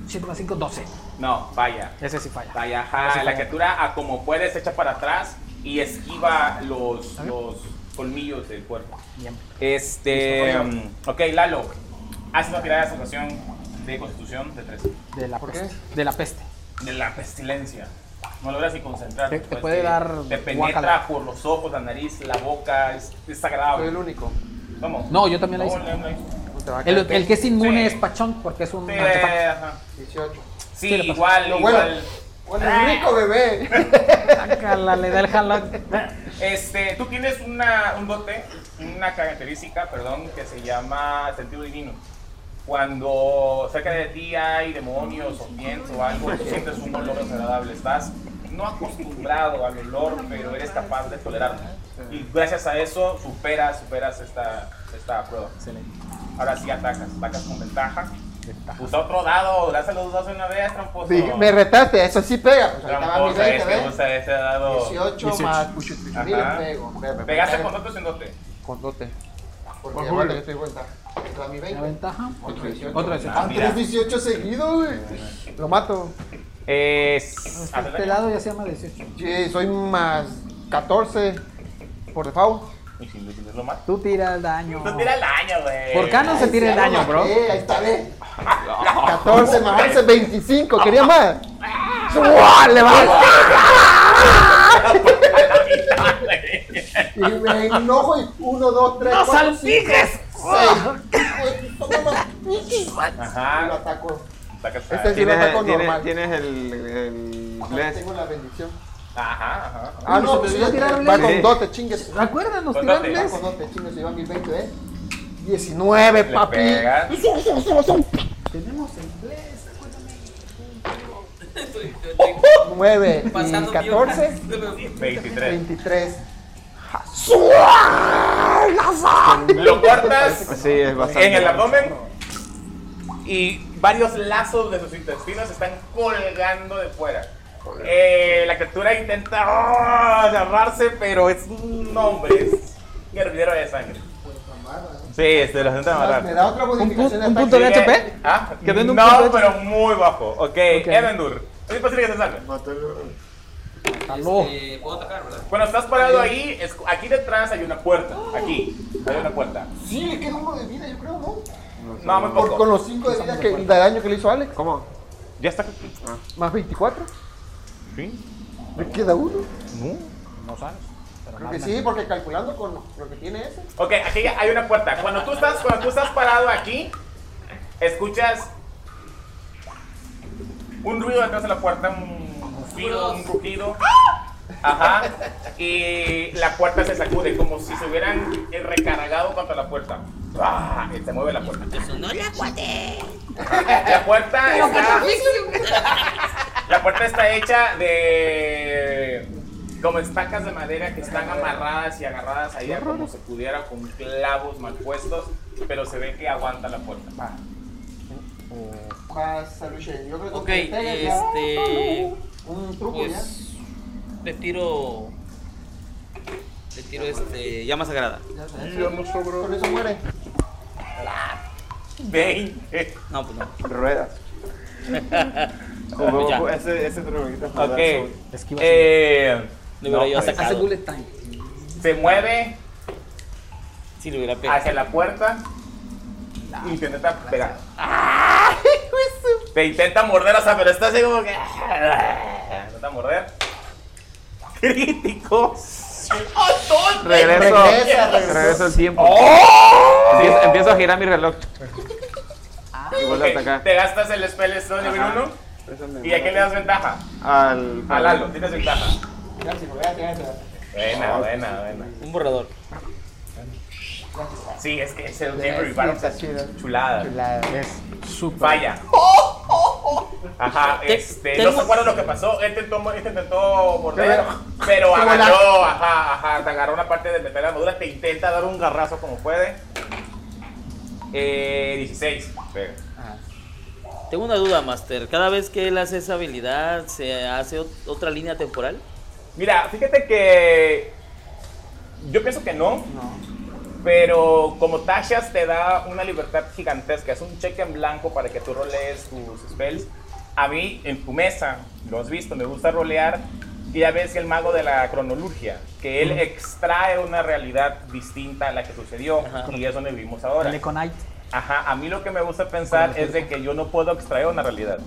7 más 5, 12. No, vaya. Ese sí falla. Vaya, ajá, Ese la falla. criatura a como puede se echa para atrás y esquiva los, los colmillos del cuerpo. Bien. Este. mm, Ok, Lalo, haz una tirada de salvación de constitución de tres. De la, ¿Por qué? peste, de la peste. De la pestilencia. No logras ni concentrarte. Te- te pues, puede dar Te penetra guácala. por los ojos, la nariz, la boca. Es Soy desagradable. el único. Pues ¿Cómo? No, yo también la ¿Cómo hice. la- la hice? Te va a El, caer el que es inmune Sí. es Pachonk porque es un Sí, artefacto. ajá. 18. Sí, Sí, lo pasó. igual, Lo igual. bueno. Bueno, el Ah. rico bebé. Sácala, le da el jalón. Este, tú tienes una, un dote, una característica, perdón, que se llama sentido divino. Cuando cerca de ti hay demonios o pienso o algo, tú sientes un olor desagradable. Estás no acostumbrado al olor, pero eres capaz de tolerarlo. Y gracias a eso superas, superas esta, esta prueba. Excelente. Ahora sí atacas, atacas con ventaja. Usa otro dado, gracias los dos de una vez, tramposo. Dije, Me retaste, eso sí pega. Pues ahí estaba mi Tramposo, es 20, que ¿ves? usa ese dado. 18 más. Ajá. Mira, pego. Bebé, Pegaste bebé. con otro sin dote. Con dote. Porque aguanta que estoy vuelta. Contra mi ¿La 20. ventaja? Otro 18. Otro 18. Ah, tres 18 seguido, güey. Lo mato. Es. Este dado ya se llama 18. Sí, soy más 14 por default. Y sin decirles lo mato. Tú tira el daño. No tira el daño, güey. Ah, ¿Por qué no se tira el daño, bro? Eh, ahí está, ve. 14 más 11, 25. Quería más. ¡Uah! Le Pues va. Y me enojo y 1, 2, 3, ¡No Ah. 4, 5, salpiques! 6. Lo Ajá. Ah, ataco. Sacas- Este sí lo Tienes, ataco el- tienes, normal. tienes el, el Ahora bless. Tengo la bendición. Ajá, ajá. Ah, No, no, se pues me olvidó yo tirar tirarle. el Va bless. con dote, chingues. Acuérdanos, Contate. Va tirarles. con dote, chingues, se lleva mi 20, ¿eh? 19, Le papi. pegas. Tenemos el bless. acuérdame. 9 y Pasando Eh, 14, viola. 23. 23. Lo cortas Sí, es bastante. en el abdomen. Y varios lazos de sus intestinos están colgando de fuera. Eh, la criatura intenta ah, agarrarse, pero es un hombre. Es un hervidero de sangre. Sí, este, lo intenta Más, Me da otra modificación de un ataque. punto de- HP? ¿Ah? ¿Que den un punto de no, HP? pero muy bajo. Ok, Evendur. Es imposible que se salve. Aló. Este, Puedo atacar, ¿verdad? Cuando estás parado ahí, es- aquí detrás hay una puerta. Aquí, hay una puerta. Sí, le queda uno de vida, yo creo, ¿no? No, muy Por- con poco. los 5 de vida que, de daño que le hizo Alex. ¿Cómo? Ya está. Más 24. Sí. Me queda uno. No sabes. Pero Creo nada que más. sí, porque calculando con lo que tiene ese. Ok, aquí hay una puerta. Cuando tú estás, cuando tú estás parado aquí, escuchas un ruido detrás de la puerta, un rugido, un rugido. Ajá. Y la puerta se sacude como si se hubieran recargado contra la puerta. ¡Ah! Y se mueve la puerta. Eso no la cuate. La puerta está. La puerta está hecha de. como estacas de madera que están amarradas y agarradas ahí como se pudiera con clavos mal puestos, pero se ve que aguanta la puerta. Más Salushen. Yo creo que Ok, te pega ya. este. Un truco Pues. Le tiro. Le tiro este. Llama sagrada. ya. Ya sé. Con eso muere. 20. No, pues no. Ruedas. Ya. Como, ese, ese truquito es Ok. Esquiva Eh, Le hubiera no, yo pues, sacado. Hace bullet time. se mueve. Si lo hubiera pegado. hacia la puerta y te intenta pegar. Te intenta morder, o sea, pero está así como que. Intenta morder. Crítico. Regreso. Regresa, regresa. Regreso el tiempo. Empiezo, empiezo a girar mi reloj. Y vuelvo a Ah. Ok, atacar. Te gastas el spell stone nivel 1. ¿Y a qué le das ventaja? Al. A Lalo, tienes ventaja. Gracias, gracias, gracias. Buena, buena, buena. Un borrador. Sí, es que es el Sí, Temporary Battle. está está chido. Chulada. La- Vaya. Ajá, Te- este, tengo- no se acuerdan lo que pasó. Este Él intentó, mo- él intentó morder, Pero- pero como la- agarró, ajá, ajá, te agarró una parte del metal de la armadura, te intenta dar un garrazo como puede. Eh, 16. Pega. Ah, Tengo una duda, Master. Cada vez que él hace esa habilidad, ¿se hace ot- otra línea temporal? Mira, fíjate que yo pienso que no, No. pero como Tashas te da una libertad gigantesca, es un cheque en blanco para que tú rolees tus spells. A mí, en tu mesa, lo has visto, me gusta rolear. Y ya ves que el mago de la cronología, que él extrae una realidad distinta a la que sucedió Ajá. y es donde vivimos ahora. Dale con Knight. Ajá, a mí lo que me gusta pensar es de que yo no puedo extraer una realidad.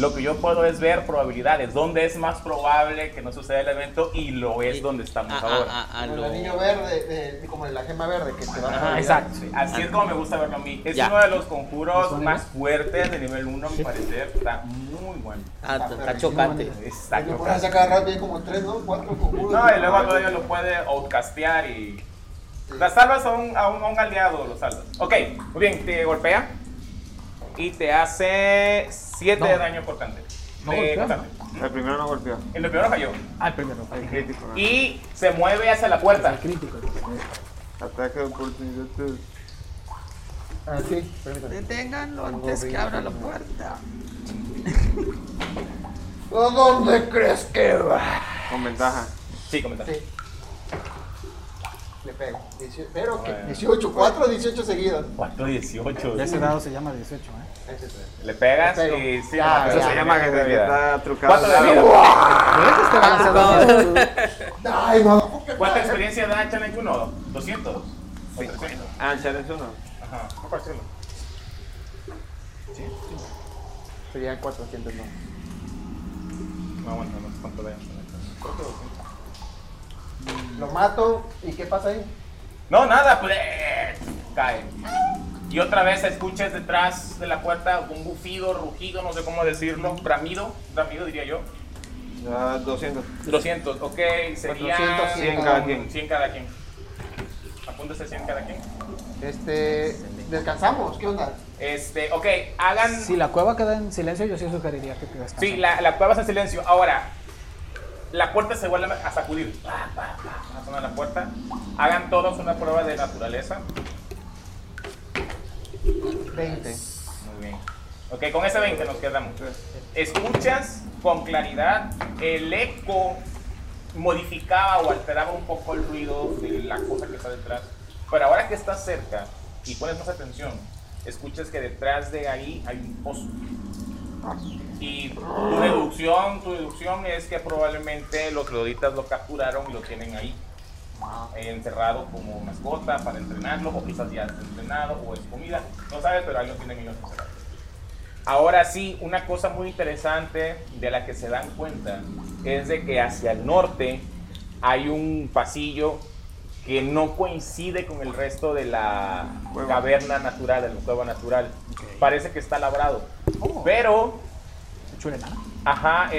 Lo que yo puedo es ver probabilidades, dónde es más probable que no suceda el evento y lo es donde estamos A, ahora. a- Como a- a ah, lo- el anillo verde, de- de- como la gema verde que te va a Ajá, olvidar. exacto. Sí, Así es como me gusta verlo a mí. Es Ya. uno de los conjuros más fuertes de nivel 1, a mi parecer. Está muy bueno. Ah, está- está chocante. Está Yo por chocante. ahí saca rato, bien como tres, ¿no? Cuatro conjuros. No, y luego todavía lo puede outcastear y. Las salvas a un, a un, a un aliado, lo salvas. Ok, muy bien, te golpea. Y te hace 7 No. de daño cortante. No De golpea. cortante. El primero no golpeó. En lo primero cayó. Ah, el primero. El crítico. ¿no? Y se mueve hacia la puerta. El crítico. Ataque de oportunidad. de- Ah, sí, permítame. Deténganlo antes que abra la puerta. ¿A dónde crees que va? Con ventaja. Sí, comenta. Sí. Le pego. Diecio- Pero que 18, 4, 18 seguidos. 418. Ya ese dado se llama 18, ¿eh? Este es el- Le pegas Le pego. y sí, Ya, no, ya. eso Se llama que de vida. está trucado. ¿Cuánto de vida? ¿Ves? Este balanceado. Ay, no. ¿Cuánta experiencia da Challenge 1? 200. O 300. Ah, el challenge uno. Ajá, no parece uno. Serían 400, no. No aguanta, no sé cuánto da. Creo que 200. Lo mato, ¿y qué pasa ahí? No, nada, pues eh, cae. Y otra vez escuchas detrás de la puerta un bufido, rugido, no sé cómo decirlo, bramido, bramido diría yo. Ya 200. 200, ok, sería 400, 100 cada quien. 100 cada quien. Apúntese 100 cada quien. Este. Descansamos, ¿qué onda? Este, ok, hagan... Si la cueva queda en silencio, yo sí sugeriría que te descansas. Sí, la, la cueva está en silencio. Ahora, la puerta se vuelve a sacudir. Pa, pa, pa, a sonar la puerta. Hagan todos una prueba de naturaleza. 20. Muy bien. Ok, con ese 20 nos quedamos. Escuchas con claridad el eco modificaba o alteraba un poco el ruido de la cosa que está detrás. Pero ahora que estás cerca y pones más atención, escuchas que detrás de ahí hay un pozo. Y tu deducción, tu deducción es que probablemente los leoditas lo capturaron y lo tienen ahí eh, encerrado como mascota para entrenarlo, o quizás ya está entrenado, o es comida, no sabes, pero ahí lo tienen ellos encerrados. Ahora sí, una cosa muy interesante de la que se dan cuenta es de que hacia el norte hay un pasillo que no coincide con el resto de la Cueva. caverna natural, de la cueva natural. Parece que está labrado. Pero Chuleta. Ajá,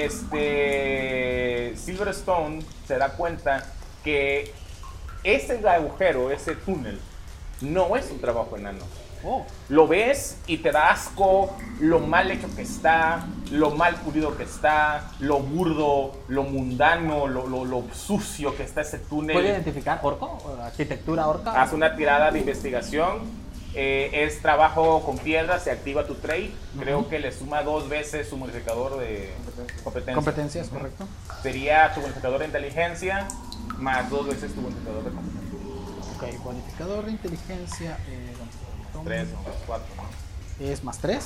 este. Silverstone se da cuenta que ese agujero, ese túnel, no es un trabajo enano. Oh. Lo ves y te da asco lo mal hecho que está, lo mal pulido que está, lo burdo, lo mundano, lo, lo- lo sucio que está ese túnel. ¿Puede identificar orco? ¿O ¿Arquitectura orca? Haz una tirada de investigación. eh, es trabajo con piedra, se activa tu trade. Creo que le suma dos veces su modificador de competencia. Competencias, correcto. Sería tu bonificador de inteligencia más dos veces tu bonificador de competencia. Ok, cualificador de inteligencia. eh, ¿dónde? Tres o más cuatro, ¿no? Es más 3.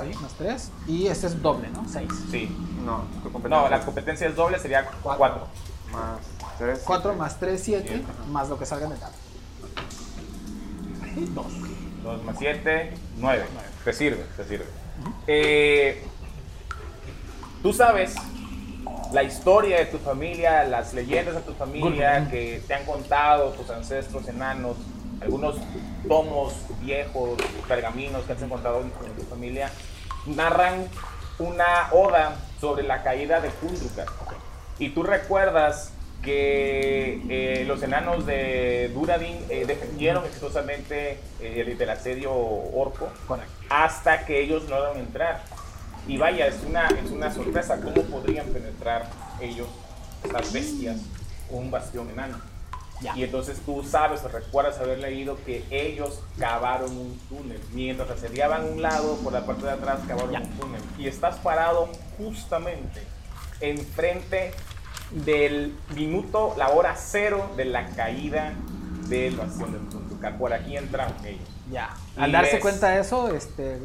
Sí, más 3. Y este es doble, ¿no? 6. Sí. Pues No, tu competencia. No, la competencia es doble, sería cuatro. Más 3. 4 más 3, 7. Más lo que salga en el dado. Dos. 2 más 7, 9. Te sirve, te sirve. Eh, Tú sabes la historia de tu familia, las leyendas de tu familia que te han contado tus ancestros enanos, algunos tomos viejos, pergaminos que has encontrado en tu en tu familia, narran una oda sobre la caída de Kundruka. Y tú recuerdas que eh, los enanos de Duradin eh, defendieron exitosamente eh, el, del asedio orco hasta que ellos lograron entrar. Y vaya, es una, es una sorpresa cómo podrían penetrar ellos, estas bestias, un bastión enano. Ya. Y entonces tú sabes o recuerdas haber leído que ellos cavaron un túnel. Mientras asediaban un lado, por la parte de atrás cavaron Ya. un túnel. Y estás parado justamente enfrente del minuto, la hora cero de la caída del bastión del Tunducar. Por aquí entraron ellos. Ya. Y Al darse ves- cuenta de eso, este, eh,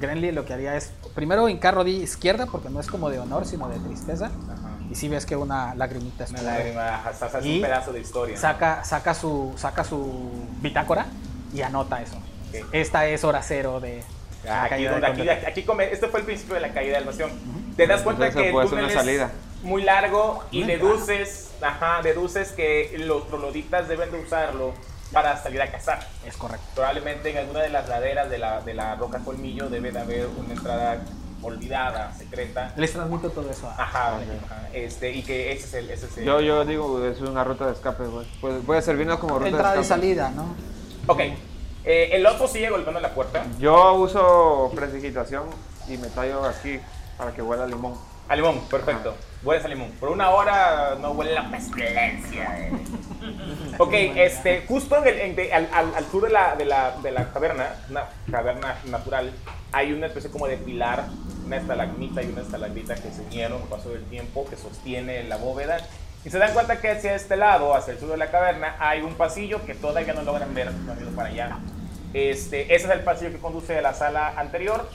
Grenly lo que haría es primero hincar rodilla izquierda, porque no es como de honor, sino de tristeza. Ajá. Y si ves que una lagrimita Una escurre. lágrima, hasta hasta es Y un pedazo de historia. ¿no? saca, saca, su, saca su bitácora y anota eso. Ok. Esta es hora cero de la Aquí, caída de donde- aquí, Condor. aquí come- este fue el principio de la caída del bastión. Te das cuenta Entonces, que puede el ser túnel una es salida. muy largo y deduces, ajá, deduces que los troloditas deben de usarlo para salir a cazar. Es correcto. Probablemente en alguna de las laderas de la, de la roca colmillo debe de haber una entrada olvidada, secreta. Les transmito todo eso. a- Ajá, ajá, este, y que ese es el... Ese es el- Yo, yo digo, es una ruta de escape, güey. Pues voy a servirnos como ruta Entrada de y escape. salida, ¿no? Ok, eh, el otro sigue golpeando la puerta. Yo uso prestigitación y me tallo aquí para que huela a limón. A limón, perfecto. Hueles a limón. Por una hora no huele la pestilencia. eh. ok, este, justo en el, en- de- al, al, al sur de la, de, la, de la caverna, una caverna natural, hay una especie como de pilar, una estalagmita y una estalagmita que se unieron con el paso del tiempo, que sostiene la bóveda. Y se dan cuenta que hacia este lado, hacia el sur de la caverna, hay un pasillo que todavía no logran ver, no han ido para allá. Este, ese es el pasillo que conduce de la sala anterior.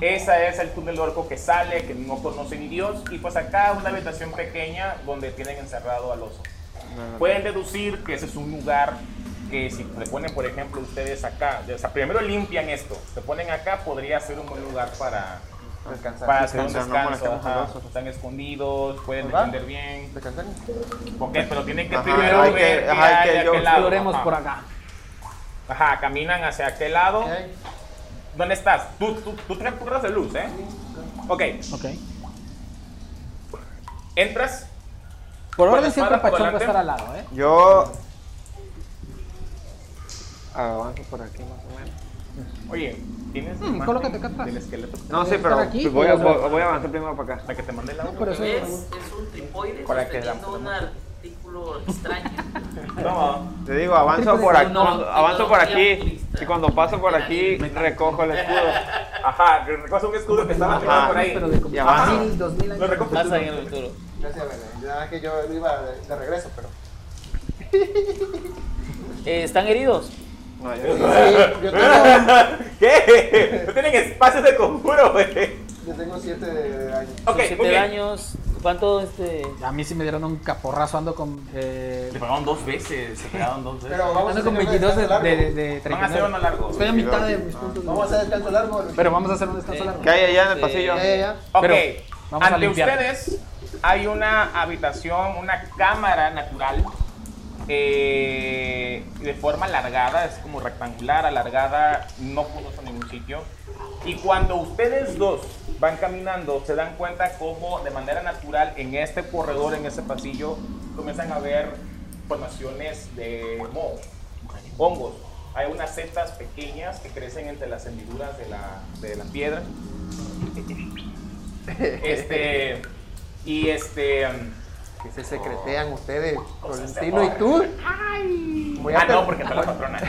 Ese es el túnel orco que sale, que no conoce ni Dios. Y pues acá una habitación pequeña donde tienen encerrado al oso. Pueden deducir que ese es un lugar que si le ponen, por ejemplo, ustedes acá, o sea, primero limpian esto, se ponen acá, podría ser un buen lugar para, Descansar. para hacer un descansar, no descanso. molestemos al ajá. oso. Están escondidos, pueden ¿Verdad? defender bien. Descansar. Ok, pero tienen que Ajá, primero hay que- ver qué ajá, hay hay que de yo- aquel lado, Exploremos ajá. por acá. Ajá, caminan hacia aquel lado. Ok. ¿Dónde estás? Tú, tú, tú tienes curras de luz, ¿eh? Ok, Ok. entras. Por Con la orden siempre espada por Pachón va a delante. estar al lado, ¿eh? Yo avanzo por aquí más o menos. Oye, ¿tienes Mm, imagen colócate acá atrás. del esqueleto No, sí, Estar pero pues aquí, voy, a, pero- voy- voy a avanzar primero para acá. para que te mande la Por audio? eso ¿Ves? Es un tripoide Para que la- sosteniendo un artículo extraño. No, Te digo, avanzo por aquí, No, cuando- no, avanzo por no, aquí turista. y cuando paso por aquí recojo el escudo. ajá, recoge un escudo que estaba tirado Ajá. por ahí. Pero de como Y avanzo. Osiris, 2000 Lo años. recoge Vas ahí en el futuro. Gracias, Belén. Nada más que yo iba de, de regreso, pero. Eh, ¿Están heridos? No, yo- Sí, yo tengo, ¿Qué? No tienen espacios de conjuro, güey. yo tengo siete de años. Ok, Son siete muy bien. daños. ¿Cuánto este? A mí sí me dieron un caporrazo, ando con. Eh, pegaron dos veces, se pegaron dos Pero vamos ando con a hacer 22 de, largo. de, de, de Van a 39. hacer uno largo. Estoy a mitad de mis puntos. de Vamos a hacer descanso largo. Luis. Pero vamos a hacer un descanso Eh, largo. ¿Qué hay allá en el Sí. pasillo? Ya, ya, ya. Ok, Pero vamos a ante limpiar. ustedes hay una habitación, una cámara natural eh, de forma alargada, es como rectangular, alargada, no conozco ningún sitio. Y cuando ustedes dos van caminando, se dan cuenta cómo de manera natural en este corredor, en este pasillo, comienzan a ver formaciones de moho, hongos. Hay unas setas pequeñas que crecen entre las hendiduras de la, de la piedra. Este. Y este. um, Que se secretean ustedes, Cosas de Florentino y tú. Voy a ah, no, per- porque está la patrona.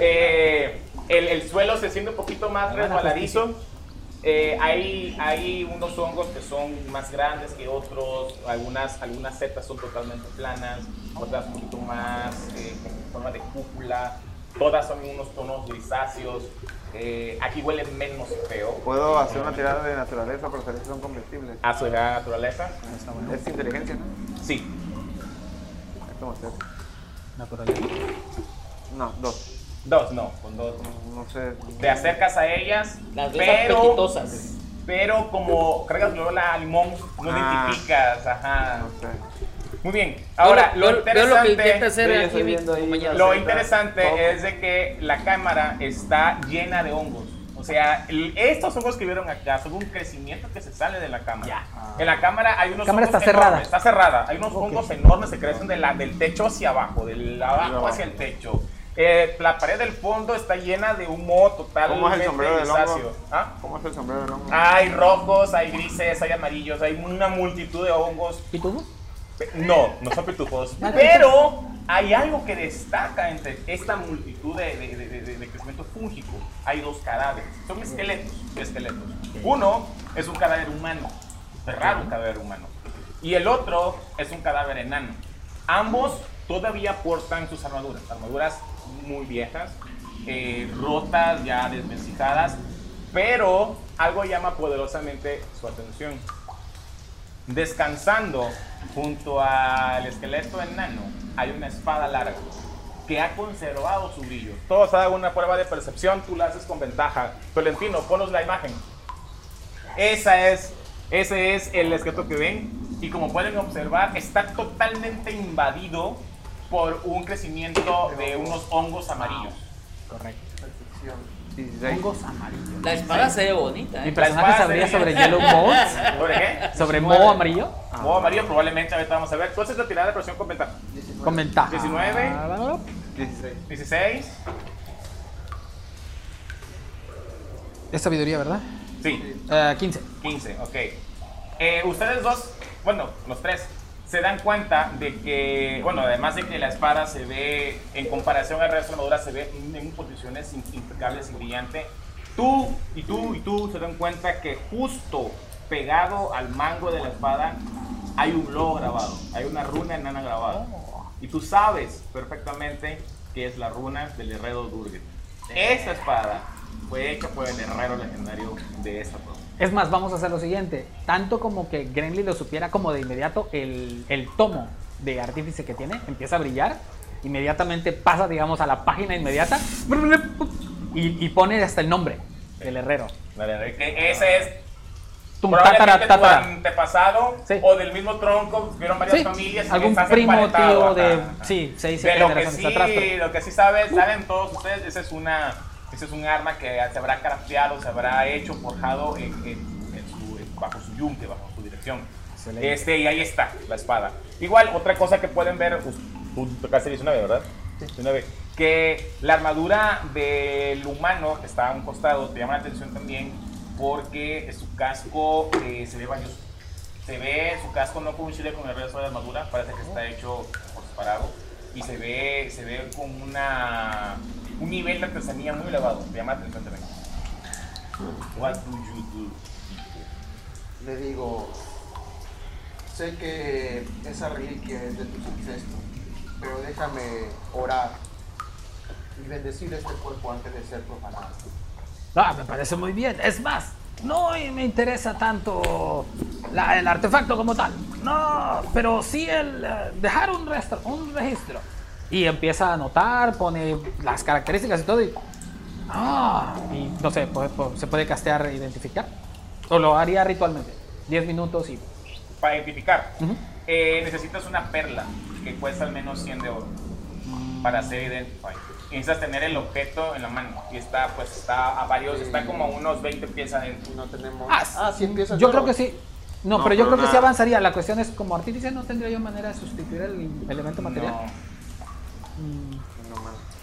Eh, el, el suelo se siente un poquito Ah, más pues resbaladizo. Eh, hay, hay unos hongos que son más grandes que otros. Algunas, algunas setas son totalmente planas, otras un poquito más eh, con forma de cúpula. Todas son unos tonos grisáceos. Eh, aquí huele menos feo. Puedo hacer una tirada de naturaleza para saber si son comestibles. A su edad naturaleza. Es inteligencia, ¿no? Sí. ¿Cómo hacer? Naturaleza. No, dos. Dos, no, con dos. No sé. Te acercas a ellas, Las ves pero, apetitosas. pero como cargas olor a limón, no Ah. identificas. Ajá. No sé. Muy bien. Ahora, Veo lo veo- veo lo que interesante. intenta hacer Sí, yo aquí estoy mi viendo ahí. compañero. Lo Ahorita, poco. interesante es de que la cámara está llena de hongos. O sea, el- estos hongos que vieron acá son un crecimiento que se sale de la cámara. En la cámara hay unos La cámara hongos está enormes, cerrada. Está cerrada. Hay unos Ok. hongos enormes que crecen de la, del techo hacia abajo, del abajo abajo. hacia el techo. Eh, la pared del fondo está llena de humo totalmente ¿Cómo es el sombrero del hongo? grisáceo. ¿Ah? ¿Cómo es el sombrero del Ah. hombre? Hay rojos, hay grises, hay amarillos, hay una multitud de hongos. ¿Pitufos? Pe- No, no son pitufos. Vale. pero hay algo que destaca entre esta multitud de, de, de- de- de crecimiento fúngico. Hay dos cadáveres. Son esqueletos. esqueletos. Uno es un cadáver humano. Es raro un cadáver humano. Y el otro es un cadáver enano. Ambos todavía portan sus armaduras. Armaduras muy viejas, eh, rotas, ya desvencijadas. Pero algo llama poderosamente su atención descansando junto al esqueleto enano, hay una espada larga que ha conservado su brillo. Todos hagan una prueba de percepción, tú la haces con ventaja. Tolentino, ponos la imagen. Esa es, ese es el esqueleto que ven y como pueden observar está totalmente invadido por un crecimiento de unos hongos amarillos. Correcto. 16. Hongos amarillos. La espada se ve bonita. ¿Mi ¿eh? La espada personaje sabría sería- sobre Yellow Mold? ¿Sobre qué? ¿Sobre Moho amarillo? Modo amarillo probablemente ahorita vamos a ver. Entonces la tirada de presión con ventaja. Comenta. 19. 16. 16. Es sabiduría, ¿verdad? Sí, Eh, 15. 15, ok. Eh, ustedes dos, bueno, los tres, se dan cuenta de que, bueno, además de que la espada se ve, en comparación al resto de la armadura, se ve en posiciones im- impecables y brillante. Tú y tú y tú se dan cuenta que justo pegado al mango de la espada hay un logo grabado, hay una runa enana grabada. Y tú sabes perfectamente que es la runa del herrero Durget. Esa espada fue hecha por el herrero legendario de esta provincia. Es más, vamos a hacer lo siguiente. Tanto como que Gremlin lo supiera como de inmediato, el, el tomo de artífice que tiene empieza a brillar. Inmediatamente pasa, digamos, a la página inmediata. Y, y pone hasta el nombre del herrero. Vale, eh, que ese es Ah. Tum, probablemente tatara, tu tatara. antepasado Sí. o del mismo tronco, vieron varias Sí, familias. que algún estás primo, emparentado, tío ajá, de- ajá. sí, seis, de siete lo que generaciones sí, atrás, pero- Uh. lo que sí saben, saben todos ustedes, esa es una, ese es un arma que se habrá crafteado, se habrá hecho, forjado en, en- en su- en- bajo su yunque, bajo su dirección. Excelente. Este, y ahí está, la espada. Igual, otra cosa que pueden ver, us- tú tocaste 19, ¿verdad? 19. Que la armadura del humano que está a un costado te llama la atención también porque su casco eh, se ve valioso. Se ve, su casco no coincide con el resto de la armadura, parece que está hecho por separado. Y se ve, se ve con una, un nivel de artesanía muy elevado. Te llama la atención también. What do you do? Le digo, sé que esa reliquia es de tu ancestros, pero déjame orar y bendecir este cuerpo antes de ser profanado. Ah, me parece muy bien. Es más, no me interesa tanto la- el artefacto como tal. No, pero sí el eh, dejar un, restro- un registro. Y empieza a anotar, pone las características y todo. Y, ah, y no sé, po- po- se puede castear, e identificar. O lo haría ritualmente. 10 minutos y... Para identificar, Ujú. eh, necesitas una perla que cuesta al menos 100 de oro para ser identified. Y Necesitas tener el objeto en la mano y está, pues, está a varios, está como a unos 20 pies adentro. No tenemos. Ah, sí empieza el Yo dolor. creo que sí. No, No, pero yo pero creo que sí nada. avanzaría. La cuestión es, como artífice no tendría yo manera de sustituir el elemento material. No. Mm.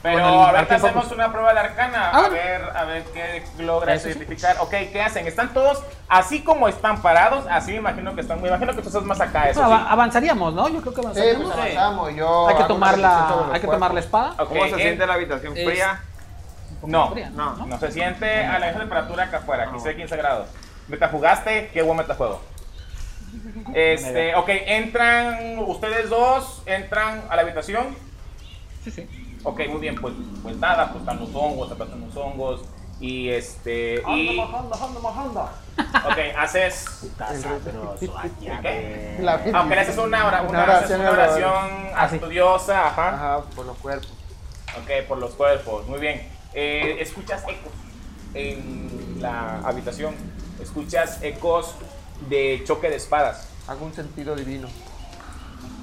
Pero Con el ahorita artífaco. hacemos una prueba de arcana, Ah, a bueno. ver, a ver qué logras Eso sí. identificar. Ok, ¿qué hacen? Están todos así como están parados, así me imagino que están, me imagino que tú estás más acá, eso No, sí. ava- avanzaríamos, ¿no? Yo creo que Sí, avanzaríamos. pues Sí. avanzamos. Yo hay que hago tomar una reflexión la, sobre hay que los tomar la cuerpos. espada. Ok, ¿Cómo se eh, siente la habitación es- fría? No, Fría, no, No se siente a la misma temperatura acá afuera, aquí se ve 15 grados. Meta jugaste, qué buen metajuego. Este, ok, entran ustedes dos, entran a la habitación. Sí, sí. Ok, muy bien, pues, pues nada, pues están los hongos, apartan los hongos. Y este. Y, ok, haces. ¿Qué? La Virgen. Aunque le haces una, hora, una, Una haces una oración, oración Ah, sí. a tu diosa, ajá. Ajá, por los cuerpos. Ok, por los cuerpos. Muy bien. Eh, escuchas ecos en la habitación. Escuchas ecos de choque de espadas. Hago un sentido divino.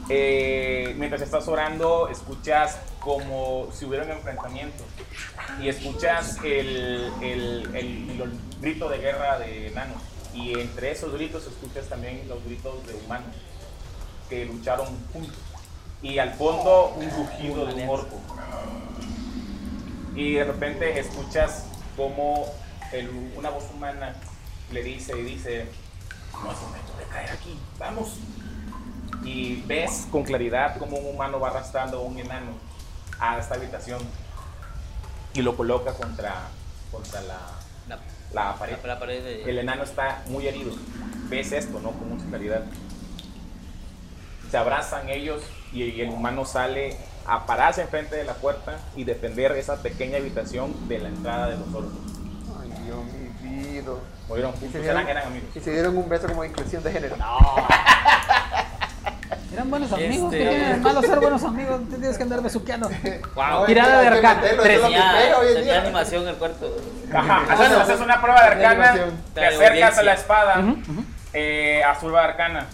Eh, mientras estás orando, escuchas como si hubiera un enfrentamiento. Y escuchas el, el- el- el grito de guerra de enanos. Y entre esos gritos escuchas también los gritos de humanos que lucharon juntos. Y al fondo un rugido de un orco. Y de repente escuchas como el- una voz humana le dice y dice, no es momento de caer aquí, vamos y ves con claridad cómo un humano va arrastrando a un enano a esta habitación y lo coloca contra, contra la, La, la pared. la- la pared de... El enano está muy herido. Ves esto, ¿no? Con mucha claridad. Se abrazan ellos y, y el humano sale a pararse enfrente de la puerta y defender esa pequeña habitación de la entrada de los orcos. Pues Ay, Dios mi vida. Murieron Y juntos, se eran, dieron, eran amigos. y se dieron un beso como de inclusión de género. Eran buenos amigos. Este- ¿Qué tiene de malo ser buenos amigos? No te tienes que andar besuqueando. Wow. Tirada de arcana, tres. lo que Tenía, espero hoy en tenía día. animación en el cuarto. Ajá, haces, haces una prueba de Una arcana, animación. te Dale, acercas a audiencia. la espada, Ujú, ujú. eh, a su prueba de arcana.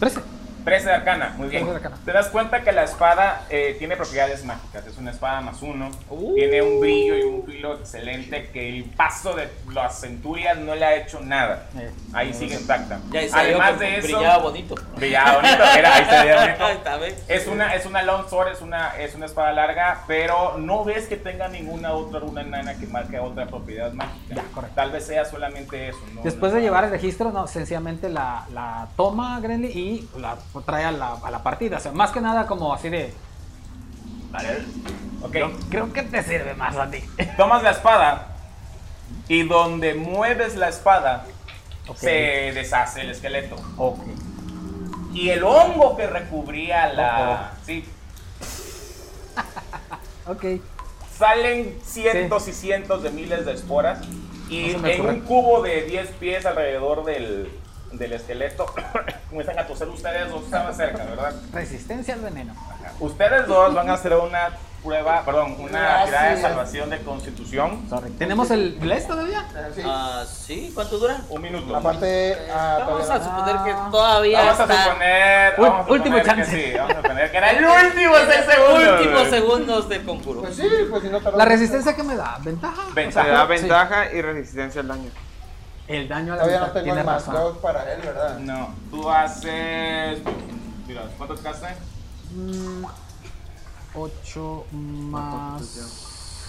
Trece. 13 de arcana, muy bien. 13 de arcana. Te das cuenta que la espada eh, tiene propiedades mágicas. Es una espada más uno. Uh. Tiene un brillo y un filo excelente que el paso de las centurias no le ha hecho nada. Eh. Ahí sigue intacta. Ya, y se Además vio de que eso, brillaba bonito. brillaba bonito. Era, ahí se veía bonito. Eh, Está bien. Es una, es una long sword, es una, es una espada larga, pero no ves que tenga ninguna otra runa enana que marque otra propiedad mágica. Ya, correcto. Tal vez sea solamente eso. ¿no? Después No- de llevar el registro, no, sencillamente la, la toma Grenly y la trae a la, a la partida. O sea, más que nada como así de... Ok. Yo creo que te sirve más a ti. Tomas la espada y donde mueves la espada Ok. se deshace el esqueleto. Ok. Y el hongo que recubría la... Sí, Ok. salen cientos y cientos de miles de esporas y No se me en ocurre. un cubo de 10 pies alrededor del, del esqueleto comienzan a toser ustedes dos, estaban cerca, ¿verdad? Resistencia al veneno. Ustedes dos van a hacer una prueba, perdón, una tirada de Gracias. salvación de constitución. Sorry. ¿Tenemos el Bless todavía? Pero sí, Ah, sí, ¿cuánto dura? Un minuto. Aparte, ah, Vamos todavía a no. suponer que todavía Vamos a está suponer. Ul- vamos a último suponer chance. Que sí, vamos a suponer que era el último seis segundos. últimos güey. segundos del concurso. Pues sí, pues si no tardamos. La resistencia que me da, ventaja. Ventaja. Se da Sí. ventaja y resistencia al daño. El daño a la Todavía ventaja. no tengo Tienes el más razón. dos para él, ¿verdad? No, tú haces. Mira, ¿cuánto tocaste? 8 Mm, más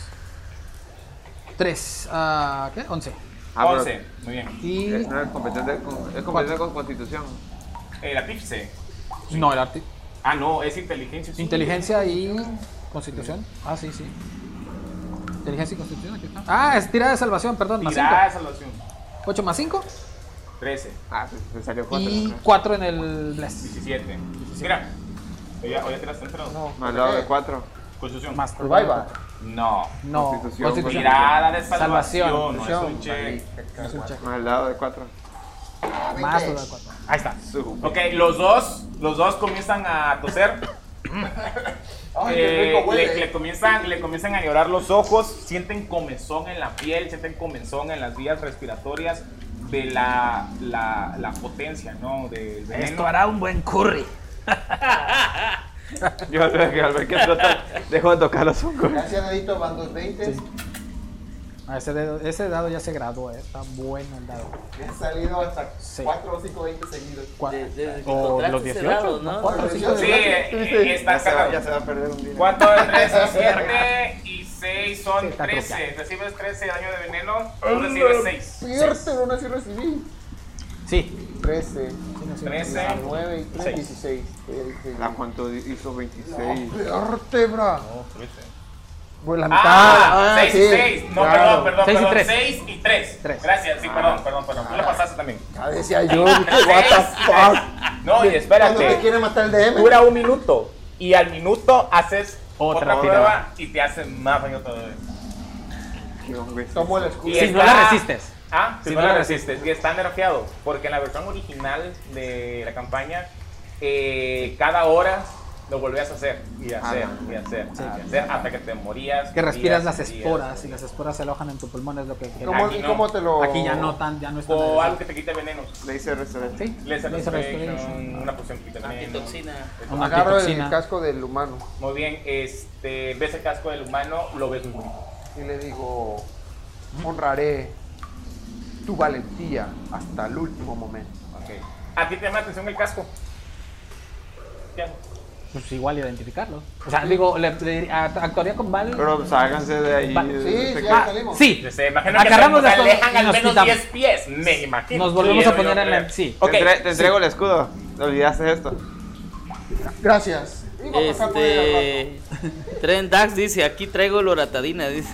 3. ah ¿Qué? 11. Ah, pero- 11. Muy bien. Y. Es una competencia, con- es competencia con constitución. Eh, la Pipse. No, el arte. Ah, no, es inteligencia. sí. Inteligencia y. Constitución. Ah, sí, sí. Inteligencia y constitución, aquí está. Ah, es tirada de salvación, perdón. Más Tirada de 5. salvación. 8 más 5 13. Ah, se, se salió cuatro. y ¿no? 4 en el Bless. 17. Mira. Oye, ya te las entrado. No, Más lado de ¿qué? cuatro. Constitución. Más Survival. No. No, Constitución, constitución. Tirada de salvación. Salvación. No es un check. No es un check. Más lado de cuatro. Más lo de 4. Ahí está. Su- Ok, los dos, los dos comienzan a toser. Ay, Eh, qué rico le, huele. le comienzan, le comienzan a llorar los ojos, sienten comezón en la piel, sienten comezón en las vías respiratorias de la, la, la potencia, ¿no? Del veneno. Esto hará un buen curry. Yo al ver que, al ver que trata, dejo de tocar los hongos. Gracias, Dadito, van dos veintes. Ah, ese, dedo- ese dado ya se graduó, eh. está bueno el dado. Me han salido hasta Sí. cuatro o cinco veintes seguidos. Cua- De- desde que O encontraste los ese 18, dado, ¿no? cuatro, cinco, Sí, seis. eh, eh, está Ya se, va, cagado. ya se va a perder un día. 4 de 3, 7 y 6 Sí, son está 13. Recibes 13 daño de veneno, tú recibes 6. Cierto, no así recibí. Sí. Trece, sí, no, sí, no. 13. nueve y tres, Seis. dieciséis. La Juanto di- hizo 26. Peor, bra. Pues Bueno, la mitad. Ah, 6 y sí, 6. No, perdón, claro. perdón, Seis y perdón. tres. 6 y 3. Tres. Ah. Gracias, sí, perdón, perdón, perdón. Tú lo pasaste también. Ah, decía yo, dije, what the No, fuck. y Cuando te espérate. quiere matar el DM. Dura un minuto. Y al minuto haces otra, Otra prueba y te hacen más daño todavía. Qué hongo es. Tomo el Y escudo. Sí. Si no la resistes. Ah, si, Si no, no la la resistes. Y está nerfeado. Porque en la versión original de la campaña, eh, cada hora Lo volvías a hacer y a Ah, hacer y a hacer y a hacer hasta que te morías. Que respiras días, las días, esporas y las esporas se alojan en tu pulmón, es lo que... que- ¿Cómo, Aquí ¿Y no. cómo te lo.? Aquí ya no tan, ya no está... O algo que te quite venenos. Le hice restaurante. Sí, Laser laser Restoration, restoration. una poción que quita veneno. Antitoxina. Una Agarro el antitoxina. casco del humano Muy bien, este, ves el casco del humano, lo ves muy y le digo: Honraré tu valentía hasta el último momento. Okay. ¿A ti te llama la atención el casco? ¿Qué haces? Pues igual identificarlo. O sea, digo, le, le- a- actuaría con Val. Pero ságanse de ahí. Va- Sí, sí, Se- ya salimos. sí, Se imagino que Agarramos se las cosas alejan y al nos menos quitamos. 10 pies, me imagino. nos volvemos a Quiero poner en yo la... creer. Sí. Ok. Te, entre- te entrego el escudo. Te olvidaste esto. Gracias. Iba pues, a pasar por ahí al rato. Este. Tren Dax dice: aquí traigo loratadina. Dice.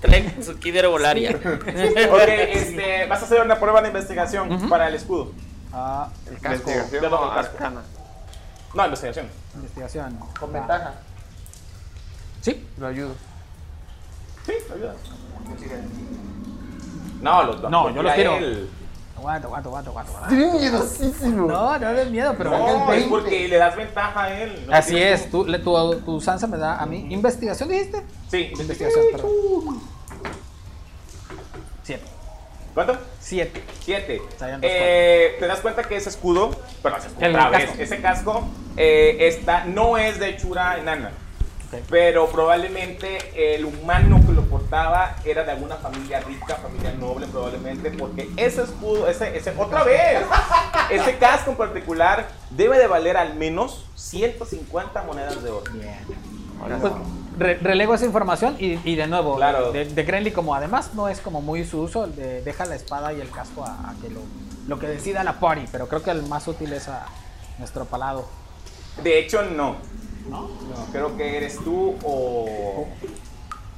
Tren su kit herbolaria. Ok, este, vas a hacer una prueba de investigación para el escudo. Ah, El casco. Le Investigación Ah, doy no, el casco. arcana. No, investigación. investigación. Con Va. ventaja. Sí. Lo ayudo. Sí, ayuda. No, los dos. No, yo los tiro. Él. Aguanta, aguanta, aguanta, aguanta. aguanta. Tiene miedosísimo. No, no de miedo, pero... No, Saca el es porque 20. le das ventaja a él. ¿no? Así Tienes- es, tú, le- tu, tu Sansa me da a mí. ¿Investigación dijiste? Sí, Investigación, perdón. Siete. ¿Cuánto? Siete. Siete. Salían dos Eh, te das cuenta que ese escudo, pero ese escudo, El otra vez, casco. ese casco eh, está, no es de hechura enana, Ok. pero probablemente el humano que lo portaba era de alguna familia rica, familia noble probablemente, porque ese escudo, ese, ese otra vez, ese casco en particular debe de valer al menos 150 monedas de oro. Pues, re- relego esa información y, y de nuevo, Claro. de, de Grenly como además no es como muy su uso, de- deja la espada y el casco a, a que lo, lo que decida la party, pero creo que el más útil es a nuestro palado. De hecho, no. No, creo que eres tú o.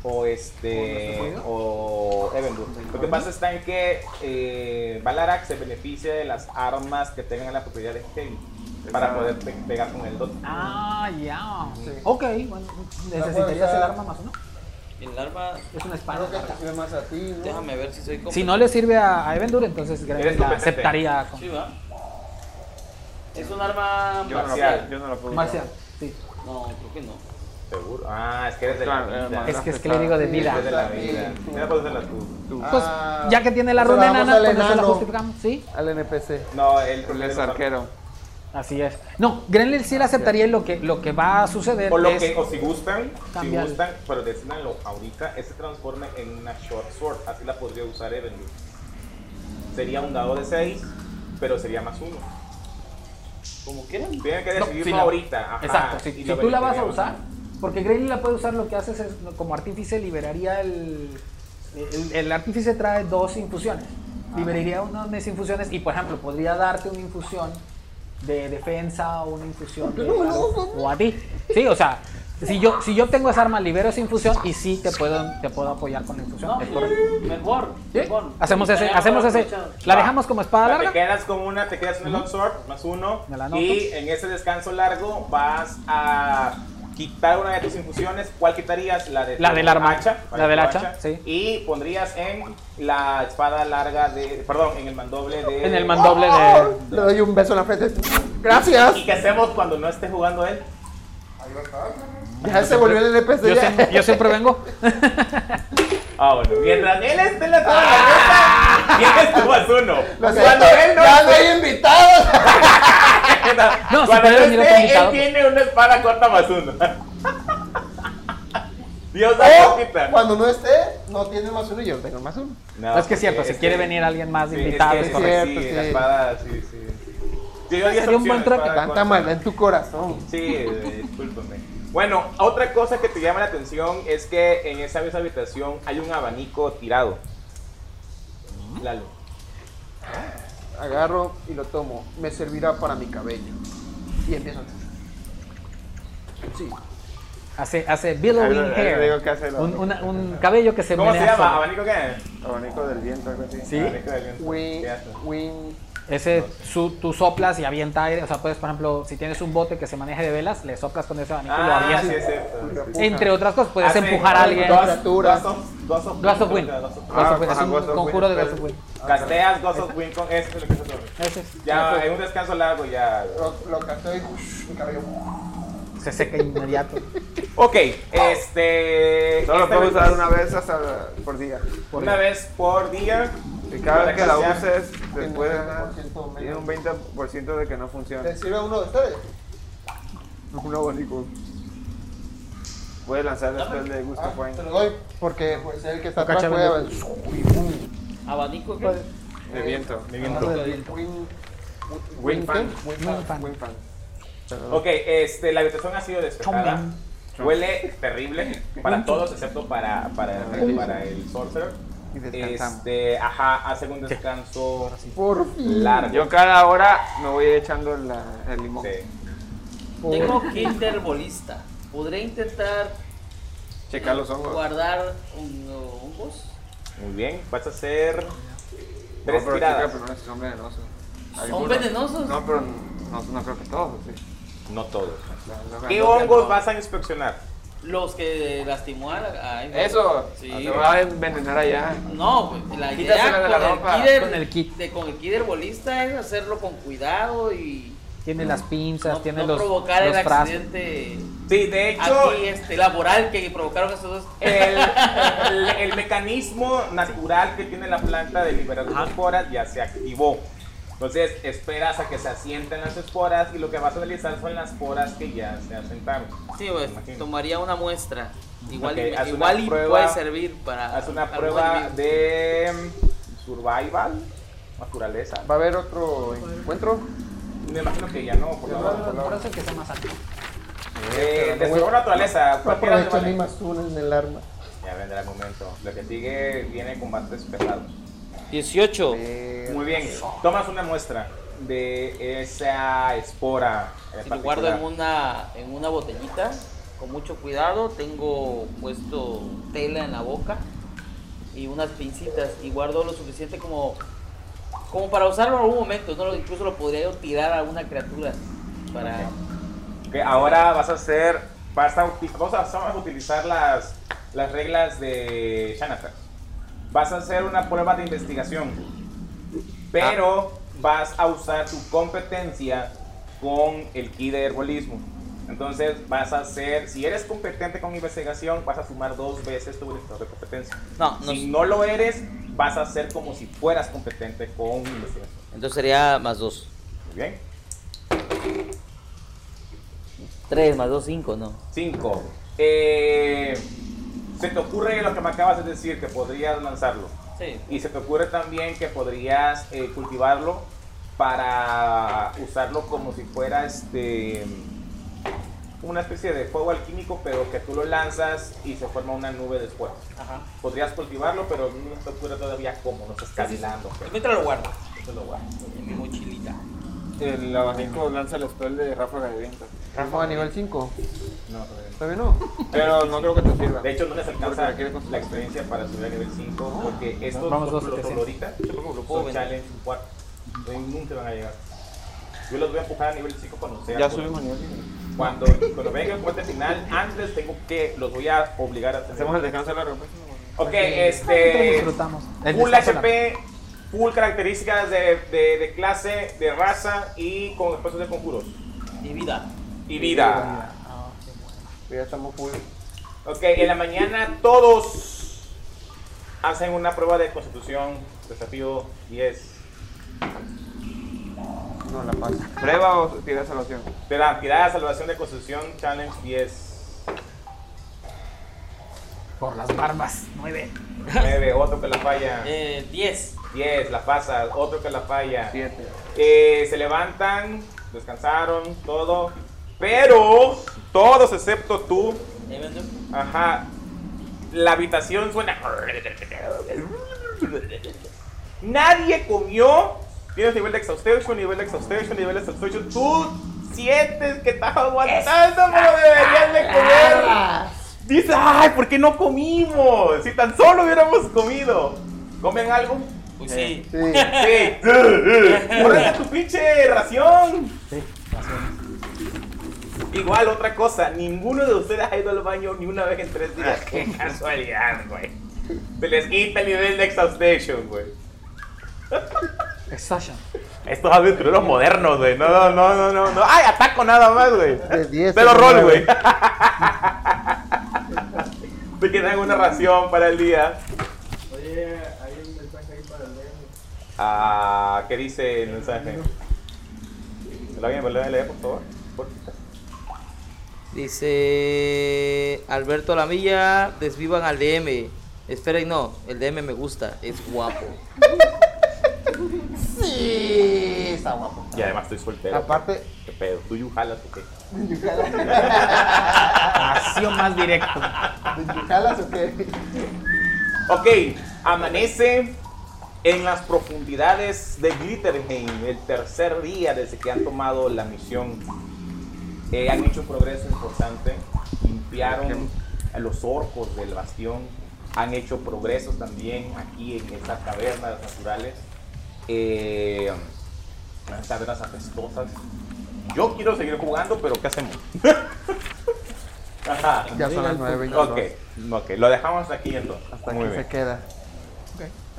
O este. O Evendur. Lo que pasa está en que eh, Balarak se beneficia de las armas que tengan la propiedad de Heavy para poder pe- pegar con el dot. Ah, ya. Ok, bueno, necesitarías usar. el arma más uno. El arma. Es una espada. Creo que te sirve más a ti, ¿no? Déjame ver si soy como. Si no le sirve a, a Evendur, entonces Eres Grenly la competente. aceptaría con Sí, va. Es un arma Yo no la marcial. puedo. Yo no la puedo. Marcial. Sí. No, creo que no. Seguro. Ah, es que eres de la Claro, eh, vida. más Es que es clérigo de vida. Eres de la vida. Mira, puedes hacerla tú. Pues Ah, ya que tiene la se la runa damos enana, al pues eso la enano. justificamos, ¿sí? Al NPC. No, el Él es arquero. Así es. No, Grenly sí la aceptaría y lo que, lo que va a suceder O, lo es... que, o si gustan, si Cambiar. gustan, pero decídanlo ahorita, este transforme en una short sword. Así la podría usar Evenwood. Sería un dado de 6, pero sería más uno. Como quieran. Tienen que No, decidirlo sí, no. ahorita. ajá, Exacto, si, y si lo tú la vas a verificaríamos. usar, porque Grayling la puede usar, lo que haces es, como artífice, liberaría el... El, el artífice trae dos infusiones. Liberaría una de mis infusiones y, por ejemplo, podría darte una infusión de defensa o una infusión de... o a ti. Sí, o sea, si yo, si yo tengo esa arma, libero esa infusión y sí te puedo, te puedo apoyar con la infusión. No, es correcto. mejor. ¿Sí? mejor. Hacemos ese, Ya, hacemos ese. aprovechado. ¿La dejamos como espada Te Ah, larga? quedas con una, te quedas con el long sword, más uno. Me la anoto. Y en ese descanso largo vas a quitar una de tus infusiones. ¿Cuál quitarías? La, de La tu del arma. de La del tu hacha, sí. Y pondrías en la espada larga de. Perdón, en el mandoble de. En el mandoble de. ¡Oh! Le doy un beso en la frente. Gracias. ¿Y qué hacemos cuando no esté jugando él? Ya se volvió el NPC. Yo, ya. siempre, yo siempre vengo. Ah, bueno. Mientras él esté en la tabla de Ah. mesa, tienes tu más uno. Lo Cuando siento, él no ya no hay invitados. No, Cuando si puede él venir otro esté, él invitado. tiene una espada corta más uno. Dios Oh, la quita. Cuando no esté, no tiene más uno y yo tengo el más uno. No, es que es cierto, porque si es quiere que- venir alguien más sí, invitado, es, que- es, sí, correcto. correcto, sí, la sí. espada, sí, sí. Yo digo Sería un buen opciones, trueque. espada Tanta corta. maldad en tu corazón. Sí, eh, discúlpame. Bueno, otra cosa que te llama la atención es que en esa misma habitación hay un abanico tirado. Mm. Lalo. Agarro y lo tomo. Me servirá para mi cabello. Y empiezo. Sí. Hace, hace billowing Ahí le- ahí hair. le digo que hace la- un, una- un cabello que se ¿Cómo se menea llama? solo. ¿Abanico qué? Abanico del viento, algo así. Sí. Abanico de viento. Win, ¿Qué haces? win, Ese, su- tú soplas y avienta aire. O sea, puedes, por ejemplo, si tienes un bote que se maneje de velas, le soplas con ese abanico y lo Ah, avientas. sí, es cierto. Entre otras cosas, puedes Hace- empujar a alguien. Dos- Criatura. Ghost of- Ghost of Ghost of Wind, creo que Wind. era Ghost Ghost of- ah, of Wind. Es ajá, un Ghost of conjuro de Wind. Ghost of Wind. Casteas Ghost of Wind con esto, lo que se toque. Ese es. Ya, eh. hay un descanso largo, ya. Lo, lo cantó y uff, mi cabello. Se seca inmediato. Ok, este. Solo esta puedo vez- usar una vez hasta por día. Una vez por día. Y cada vez que la Para uses, después de nada, 20% menos. tiene un 20% de que no funciona. ¿Le sirve a uno de ustedes? Un abanico. Puedes lanzar después de Gusto Ah, Point. te lo doy. Porque pues, el que está atrás Cachame. puede avanzar. Abanico que De viento. Win- Wing fan. Wing fan. Wing fan. Ok, este, la habitación ha sido despejada. Huele terrible para todos, excepto para, para, para el sorcerer. Y descansamos. Este, ajá, hace un descanso Por fin. largo. Yo cada hora me voy echando la- el limón. Sí. tengo Kinder Bolista. ¿Podré intentar Checar los hongos. guardar un- hongos? Muy bien, vas a hacer No, tres pero checa tiradas. primero si son venenosos. ¿Son Algunos. venenosos? No, pero no, no creo que todos, sí. No todos. La- la- ¿Qué la- hongos vas a inspeccionar? Los que lastimó a la... a- Eso, Ah, Sí. se va a envenenar allá. No, pues, la idea Quítasela de la con, ropa. el killer, Con el kit. de- con el killer bolista es hacerlo con cuidado y Tiene las pinzas, no, tiene no los, provocar los el frases. accidente Sí, de hecho, aquí, este, laboral que provocaron esos dos. el, el- el mecanismo natural que tiene la planta de liberar las esporas ya se activó. Entonces esperas a que se asienten las esporas y lo que vas a analizar son las esporas que ya se asentaron. Sí, pues, Imagino. tomaría una muestra. Igual, Ok, haz y, una igual y prueba- puede servir para. Haz una algún prueba individuo. de mm, survival, naturaleza. ¿Va a haber otro encuentro? Me imagino que ya no, por favor. Por eso es que está más alto. Eh, de seguro naturaleza, No cualquiera le aprovecho vale. mi más uno en el arma. Ya vendrá el momento. Lo que sigue viene combates pesados. 18. Muy bien, tomas una muestra de esa espora. en Si lo particular. guardo en una, en una botellita, con mucho cuidado, tengo puesto tela en la boca y unas pincitas y guardo lo suficiente como, como para usarlo en algún momento. ¿no? Incluso lo podría yo tirar a una criatura. Para... Ok, ahora vas a hacer. Vas a, uti- vamos, a, vamos a utilizar las, las reglas de Shanata. Vas a hacer una prueba de investigación. Pero vas a usar tu competencia con el ki de herbolismo. Entonces vas a hacer, si eres competente con investigación, vas a sumar dos veces tu bonificador de competencia. No, no. Si no lo eres, vas a hacer como si fueras competente con investigación. Entonces sería más 2. Muy bien. 3 más 2, 5, ¿no? 5. Eh, se te ocurre lo que me acabas de decir, que podrías lanzarlo. Sí. Y se te ocurre también que podrías eh, cultivarlo para usarlo como si fuera este una especie de fuego alquímico, pero que tú lo lanzas y se forma una nube después. Ajá. Podrías cultivarlo, pero no se te ocurre todavía cómo, no estás cavilando. pero Mientras lo guardo eso lo guardo. en mi mochilita. El abanico lanza el spell de ráfaga de viento. Rafa a nivel 5. No, todavía no. ¿Todavía no? Pero no creo que te sirva. De hecho, no les alcanza Porque la quiere construir. la experiencia para subir a nivel 5, porque estos Ah, los, Vamos dos, los setecientos. ahorita son challenge 4. Nunca van a llegar. Yo los voy a empujar a nivel 5 cuando sea. ya por- subimos nivel. Cuando, cuando venga el puente final, antes tengo que, los voy a obligar a hacer. Hacemos el descanso de la ropa. Ok, Nosotros este. disfrutamos. El Full descanso HP, full características de, de, de clase, de raza y con espacios de conjuros. Y vida. Y Ah, vida. Ya estamos full. Ok, en la mañana todos hacen una prueba de constitución, desafío 10. No la pasa. Prueba o tira salvación. Espera, tirada de salvación de constitución, challenge 10. Por las barbas. 9. 9, otro que la falla. Eh, 10. 10, la pasa, otro que la falla. Siete. Eh, se levantan, descansaron, todo. Pero, todos excepto tú, ajá, la habitación suena. Nadie comió. Tienes nivel de exhaustion, nivel de exhaustion, nivel de exhaustion. Tú sientes que estás aguantando, pero deberías de comer. Dices, ay, ¿por qué no comimos? Si tan solo hubiéramos comido. ¿Comen algo? Pues sí. Sí. Sí. ¡Guarda tu pinche ración! Igual, otra cosa, ninguno de ustedes ha ido al baño ni una vez en tres días. ¡Qué casualidad, güey! Se les quita el nivel de exhaustion, güey. Exhaustion. Estos aventureros modernos, güey. No, no, no, no, no, no. ¡Ay, ataco nada más, güey! De 10 Pero a rol, 9. güey. Te quedan una ración para el día. Oye, hay un mensaje ahí para leer. Ah, ¿qué dice el mensaje? ¿Lo alguien me lo leer, por favor? Por- Dice Alberto Lamilla, desvivan al DM. Esperen, no, el DM me gusta, es guapo. Sí, está guapo. Y además estoy soltero. Aparte, ¿Qué pedo? ¿Tú y jalas o qué? Acción más directo. ¿de jalas o qué? Ok, amanece en las profundidades de Glitterheim, el tercer día desde que han tomado la misión. Eh, han hecho un progreso importante, limpiaron a los orcos del bastión, han hecho progresos también aquí en estas cavernas naturales, eh, las cavernas apestosas. Yo quiero seguir jugando, pero ¿qué hacemos? Ajá. Ya son las 9 y dos. Ok, ok, lo dejamos aquí entonces. Hasta Muy aquí bien. se queda.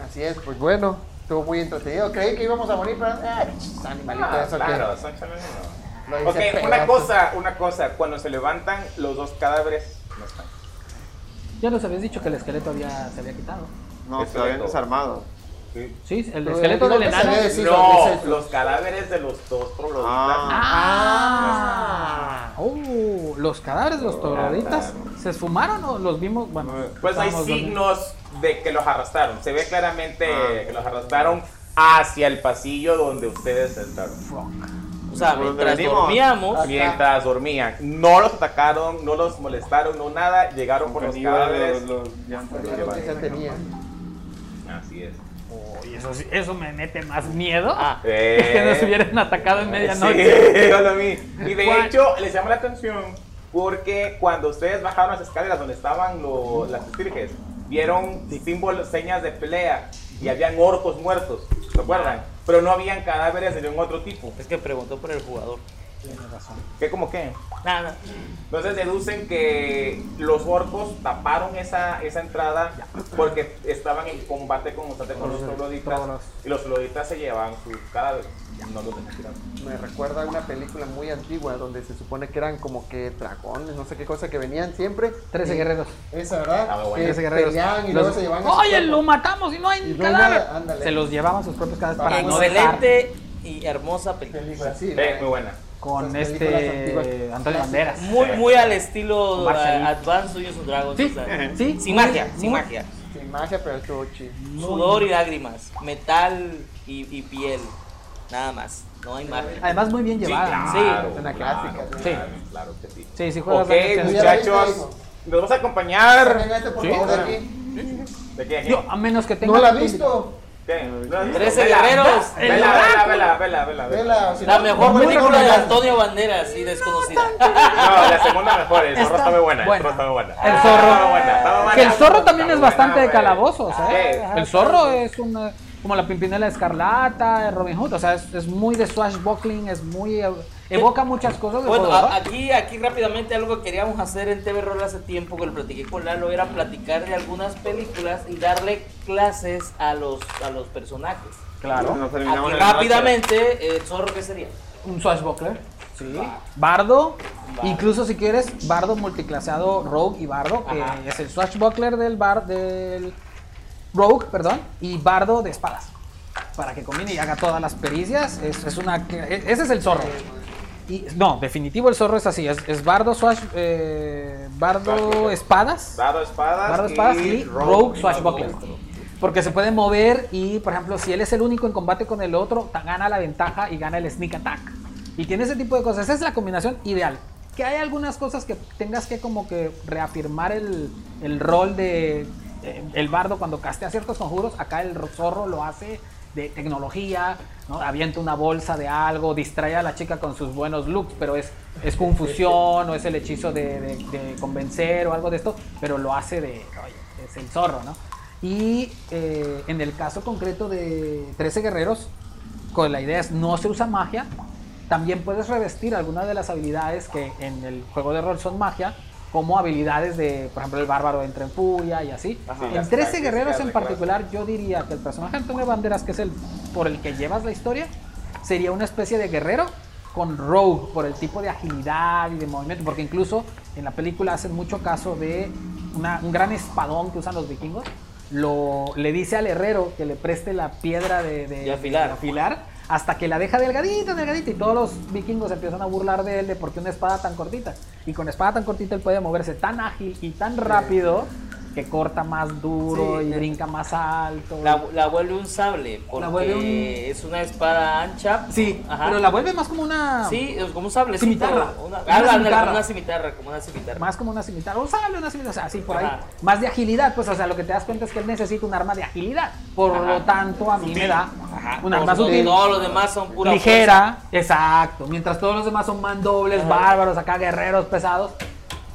Así es, pues bueno, estuvo muy entretenido. Creí que íbamos a morir, pero. Ah, ch, animalito, Ah, eso claro, que. son chalenos. Lo hice Ok, una pedazo. cosa, una cosa, cuando se levantan los dos cadáveres no están. Ya nos habías dicho que el esqueleto había, se había quitado. No, Eso se lo habían es todo. desarmado. Sí, el Lo esqueleto digo del que se enano. había des- Sí, no, los- los cadáveres de los dos trogloditas. Ah. Ah, oh, los cadáveres, los torraditas, ¿se esfumaron o los vimos? Bueno, Pues hay estábamos dormidos. signos de que los arrastraron. Se ve claramente Ah. que los arrastraron hacia el pasillo donde ustedes entraron. O sea, ¿Por dónde mientras venimos? dormíamos, Ajá. Mientras dormían. No los atacaron, no los molestaron, no nada. Llegaron por Con los cadáveres. cadáveres. Los, los llantas. Era lo que se tenía. Así es. Oye, eso, sí- eso me mete más miedo. Eh. que nos hubieran atacado en medianoche. Sí, yo lo vi. Y de Juan. hecho, les llama la atención porque cuando ustedes bajaron las escaleras donde estaban lo- las estirges, vieron símbolos, señas de pelea y habían orcos muertos, ¿se acuerdan? Pero no habían cadáveres de ningún otro tipo. es que preguntó por el jugador. ¿Qué como qué? Nada. Entonces deducen que los orcos taparon esa, esa entrada porque estaban en combate constante con los trogloditas y los trogloditas se llevaban sus cadáveres. No los desmantelaron. Me recuerda a una película muy antigua donde se supone que eran como que dragones, no sé qué cosa que venían siempre. Trece Y- guerreros. Esa, ¿verdad? Ah, bueno. Que Trece guerreros. peleaban y luego se llevaban. a sus Oye, cuerpos. lo matamos y no hay Y ni no hay cadáver. nada, ándale. Se los llevaban sus propios cadáveres para no dejar Excelente y hermosa película. Película, sí, Eh, la- muy buena. con Esas películas este antiguas. Antonio Banderas. Muy, muy al estilo Marcelino. ah, Advanced Dungeons and Dragons. Sí, o sea, sí. Sin Muy- magia, sin muy- magia. Sin magia, pero estuvo chido. Sudor y lágrimas, metal y, y piel. Nada más. No hay magia. Además, muy bien llevada. Sí, es una clásica, Claro, sí. claro, claro que sí. Sí, este sí, juegas Ok, bastante. muchachos, nos vamos a acompañar. Vengate, por Sí. favor, de aquí. ¿De qué? Yo, a menos que tenga. No la he visto. ¿Qué? Trece Vela, guerreros. Vela, vela, vela, vela, vela, vela. Vela, o si La no, mejor muy película de recomendada. Antonio Banderas y desconocida. No, la segunda mejor, el zorro Está está muy buena. El buena. zorro está muy buena. El zorro. Está muy buena, está muy buena. Que el zorro también Está es buena, bastante de güey. calabozos, ¿eh? Sí. El zorro es una, como la pimpinela escarlata, el Robin Hood, o sea, es, es muy de swashbuckling, es muy. eh, evoca muchas cosas de Bueno, juego de rol. a- aquí, aquí rápidamente algo que queríamos hacer en TV Roll hace tiempo que lo platiqué con Lalo era platicar de algunas películas y darle clases a los, a los personajes. Claro. Nos terminamos Aquí en la noche. rápidamente, el zorro que sería. Un swashbuckler. Sí. Bardo. Incluso si quieres, bardo multiclaseado, rogue y bardo, que Ajá. es el swashbuckler del bar del rogue, perdón, y bardo de espadas. Para que combine y haga todas las pericias, es, es una cl- e- ese es el zorro. Y no, definitivo el zorro es así, es, es bardo swash eh, bardo Swashbuckler. espadas, Dado espadas. bardo espadas y rogue swashbuckler. Rogue. Porque se puede mover y, por ejemplo, si él es el único en combate con el otro, ta- gana la ventaja y gana el sneak attack. Y tiene ese tipo de cosas. Esa es la combinación ideal. Que hay algunas cosas que tengas que como que reafirmar el, el rol de eh, el bardo cuando castea ciertos conjuros. Acá el zorro lo hace de tecnología, ¿no? avienta una bolsa de algo, distrae a la chica con sus buenos looks, pero es, es confusión o es el hechizo de, de- de convencer o algo de esto, pero lo hace de, oye, es el zorro, ¿no? Y eh, en el caso concreto de 13 guerreros, con la idea es no se usa magia, también puedes revestir algunas de las habilidades que en el juego de rol son magia, como habilidades de, por ejemplo, el bárbaro entra en furia y así. Ajá. en Las 13 prácticas guerreros en de particular, yo diría que el personaje de Antonio Banderas, que es el por el que llevas la historia, sería una especie de guerrero con rogue por el tipo de agilidad y de movimiento, porque incluso en la película hacen mucho caso de una- un gran espadón que usan los vikingos. Lo, le dice al herrero que le preste la piedra de, de- De afilar. de afilar, hasta que la deja delgadita, delgadita, y todos los vikingos empiezan a burlar de él de por qué una espada tan cortita. Y con espada tan cortita él puede moverse tan ágil y tan rápido que corta más duro Sí, y eh. brinca más alto. La, la vuelve un sable, porque vuelve un- es una espada ancha. Sí, Ajá. pero la vuelve más como una. Sí, es como un sable. Cimitarra. Una Una, ah, ándale, cimitarra. como una cimitarra, como una cimitarra. Más como una cimitarra. Un sable, una cimitarra. O sea, sí, por ahí. Ajá. Más de agilidad, pues, o sea, lo que te das cuenta es que él necesita un arma de agilidad. Por Ajá. lo tanto, a mí me da Ajá. un arma No, sutil. No, los demás son pura ligera, exacto. Mientras todos los demás son mandobles, bárbaros, acá guerreros pesados.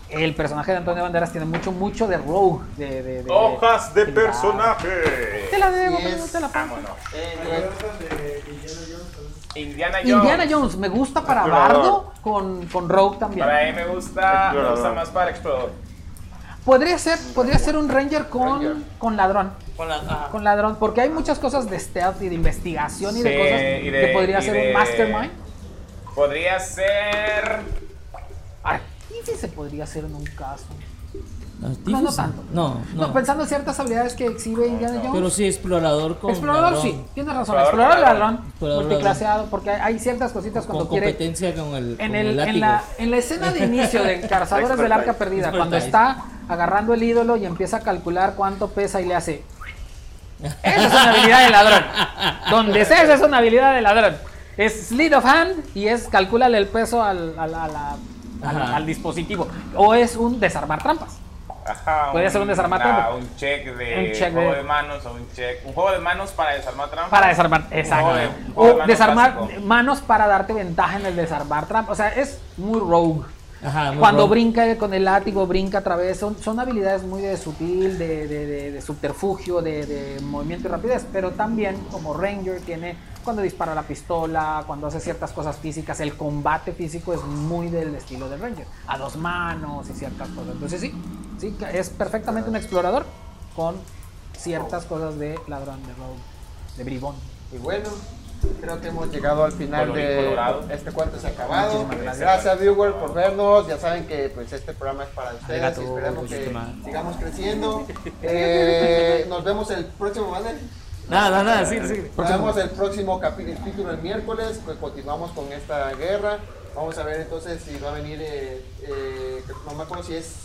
El personaje de Antonio Banderas tiene mucho, mucho de rogue. De, de- de- Hojas de agilidad. personaje. Te la debo, Sí, pero es- te la paso. Vámonos. fuerza. Eh, Indiana Jones. Indiana Jones, me gusta para Explorador. Bardo con, con Rogue también. Para mí me gusta, me Explorador. gusta más para explorador. Podría ser, podría ser un Ranger con, con ladrón. con la- ajá. Con ladrón, porque hay muchas cosas de stealth y de investigación y de Sí, cosas y de- que podría y ser de- un mastermind. Podría ser. Ahora, ¿y si se podría hacer en un caso? No, no tanto. No, No, no. pensando en ciertas habilidades que exhibe Indiana Jones. Pero sí, explorador con. Explorador ladrón, sí, tienes razón. Explorador Explorador con y ladrón, Explorador, multiclaseado, porque hay hay ciertas cositas Con cuando quiere. competencia con el. En, con el, en, látigo. la, en la escena de inicio de Cazadores del Arca Perdida, Expertise. cuando está agarrando el ídolo y empieza a calcular cuánto pesa y le hace. Esa es una habilidad de ladrón. Donde sea, esa es una habilidad de ladrón. Es sleight of hand y es calcularle el peso al, al- a la- al- Ajá. al dispositivo. O es un desarmar trampas. Ajá, Podría ser un desarmar trampa. ah, un check de Un check juego de- de... manos o un check. Un juego de manos para desarmar trampa. Para desarmar, exacto. Joder, joder, o manos desarmar básico. manos para darte ventaja en el desarmar trampa. O sea, es muy rogue. Ajá, muy Cuando rogue. brinca con el látigo, brinca a través. Son, son habilidades muy de sutil, de, de- de- de subterfugio, de, de movimiento y rapidez. Pero también, como Ranger, tiene cuando dispara la pistola, cuando hace ciertas cosas físicas. El combate físico es muy del estilo del Ranger. A dos manos y ciertas cosas. Entonces, sí, sí que es perfectamente un explorador con ciertas cosas de ladrón, de rogue, de bribón. Y bueno, creo que hemos llegado al final Colorín de colorado. este cuento se ha acabado. Muchísimas gracias. Gracias, viewers por vernos. Ya saben que pues este programa es para ustedes. Arigato, y esperamos que muchísimas. sigamos creciendo. Eh, nos vemos el próximo, ¿vale? Nada, nada, sí, sí. Nos vemos el próximo capi- capítulo el miércoles, pues continuamos con esta guerra. Vamos a ver entonces si va a venir, eh, eh, no me acuerdo si es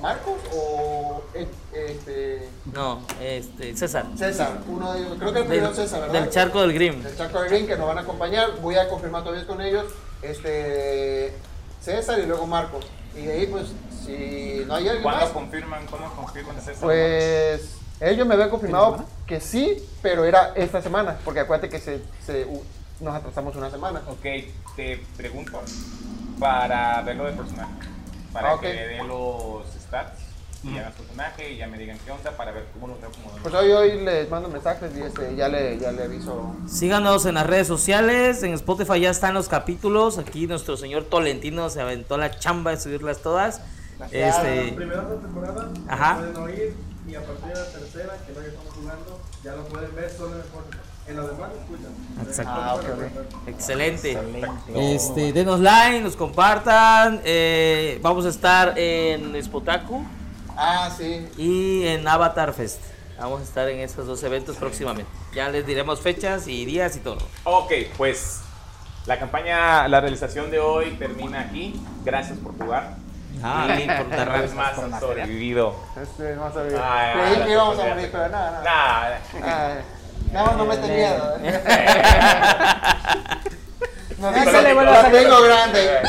Marcos o eh, este, no, este, César. César, uno de ellos, creo que el primero Del, es César, ¿verdad? del charco del Grim. del Chaco de Green que nos van a acompañar. Voy a confirmar todavía con ellos este César y luego Marcos. Y de ahí, pues, si no hay alguien más, ¿Cuándo confirman? ¿Cómo confirman César? pues ellos me habían confirmado que sí, pero era esta semana, porque acuérdate que se, se- u- nos atrasamos una semana. Ok, te pregunto para verlo de personaje. Para Ah, ok. que le dé los stats y hagas personaje y ya me digan qué onda para ver cómo lo veo como Pues hoy, hoy les mando mensajes y este, ya, le, ya le aviso. Síganos en las redes sociales, en Spotify ya están los capítulos. Aquí nuestro señor Tolentino se aventó la chamba de subirlas todas. Este, primera temporada Ajá. pueden oír y a partir de la tercera, que es la que estamos jugando, ya lo pueden ver solo en el Spotify. En los demás lo escuchan. Exacto. Ah, ok, ok. excelente. Este, denos like, nos compartan. eh, vamos a estar en Spotaku Ah, sí. y en Avatar Fest. Vamos a estar en esos dos eventos próximamente. Ya les diremos fechas y días y todo. Ok, pues la campaña, la realización de hoy termina aquí. Gracias por jugar. Ah, bien, por Una tarrar. vez más han sobrevivido. Ah, Este, vamos a ver. Ay, Creí ay, que íbamos a ay, morir, pero nada, nada. Nada. Ay, Nada más no me tenía miedo. ¿eh? No, Ya sí, que le lo- vuelvas a- lo tengo grande.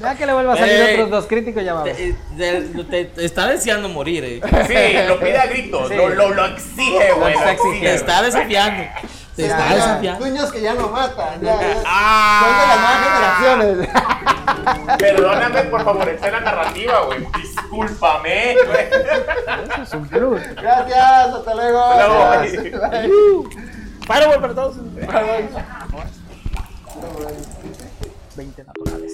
Ya que le vuelva a salir Ey. otros dos críticos, ya vamos. Te, te- te- te está deseando morir, eh. Sí, lo pide a gritos, Sí. lo, lo, lo exige, güey. Lo está exige. Te está desafiando. Te Ya, está ya, desafiando. Niños que ya no matan. Ya, ya. Ah. Son de las nuevas generaciones. Perdóname por favorecer la narrativa, güey. Discúlpame. Es un plus. Gracias, hasta luego. Hasta luego. Bye. Fireball para todos. 20 naturales.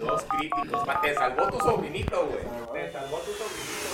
Dos críticos. ma, Te salvó tu sobrinito, güey. Te salvó tu sobrinito.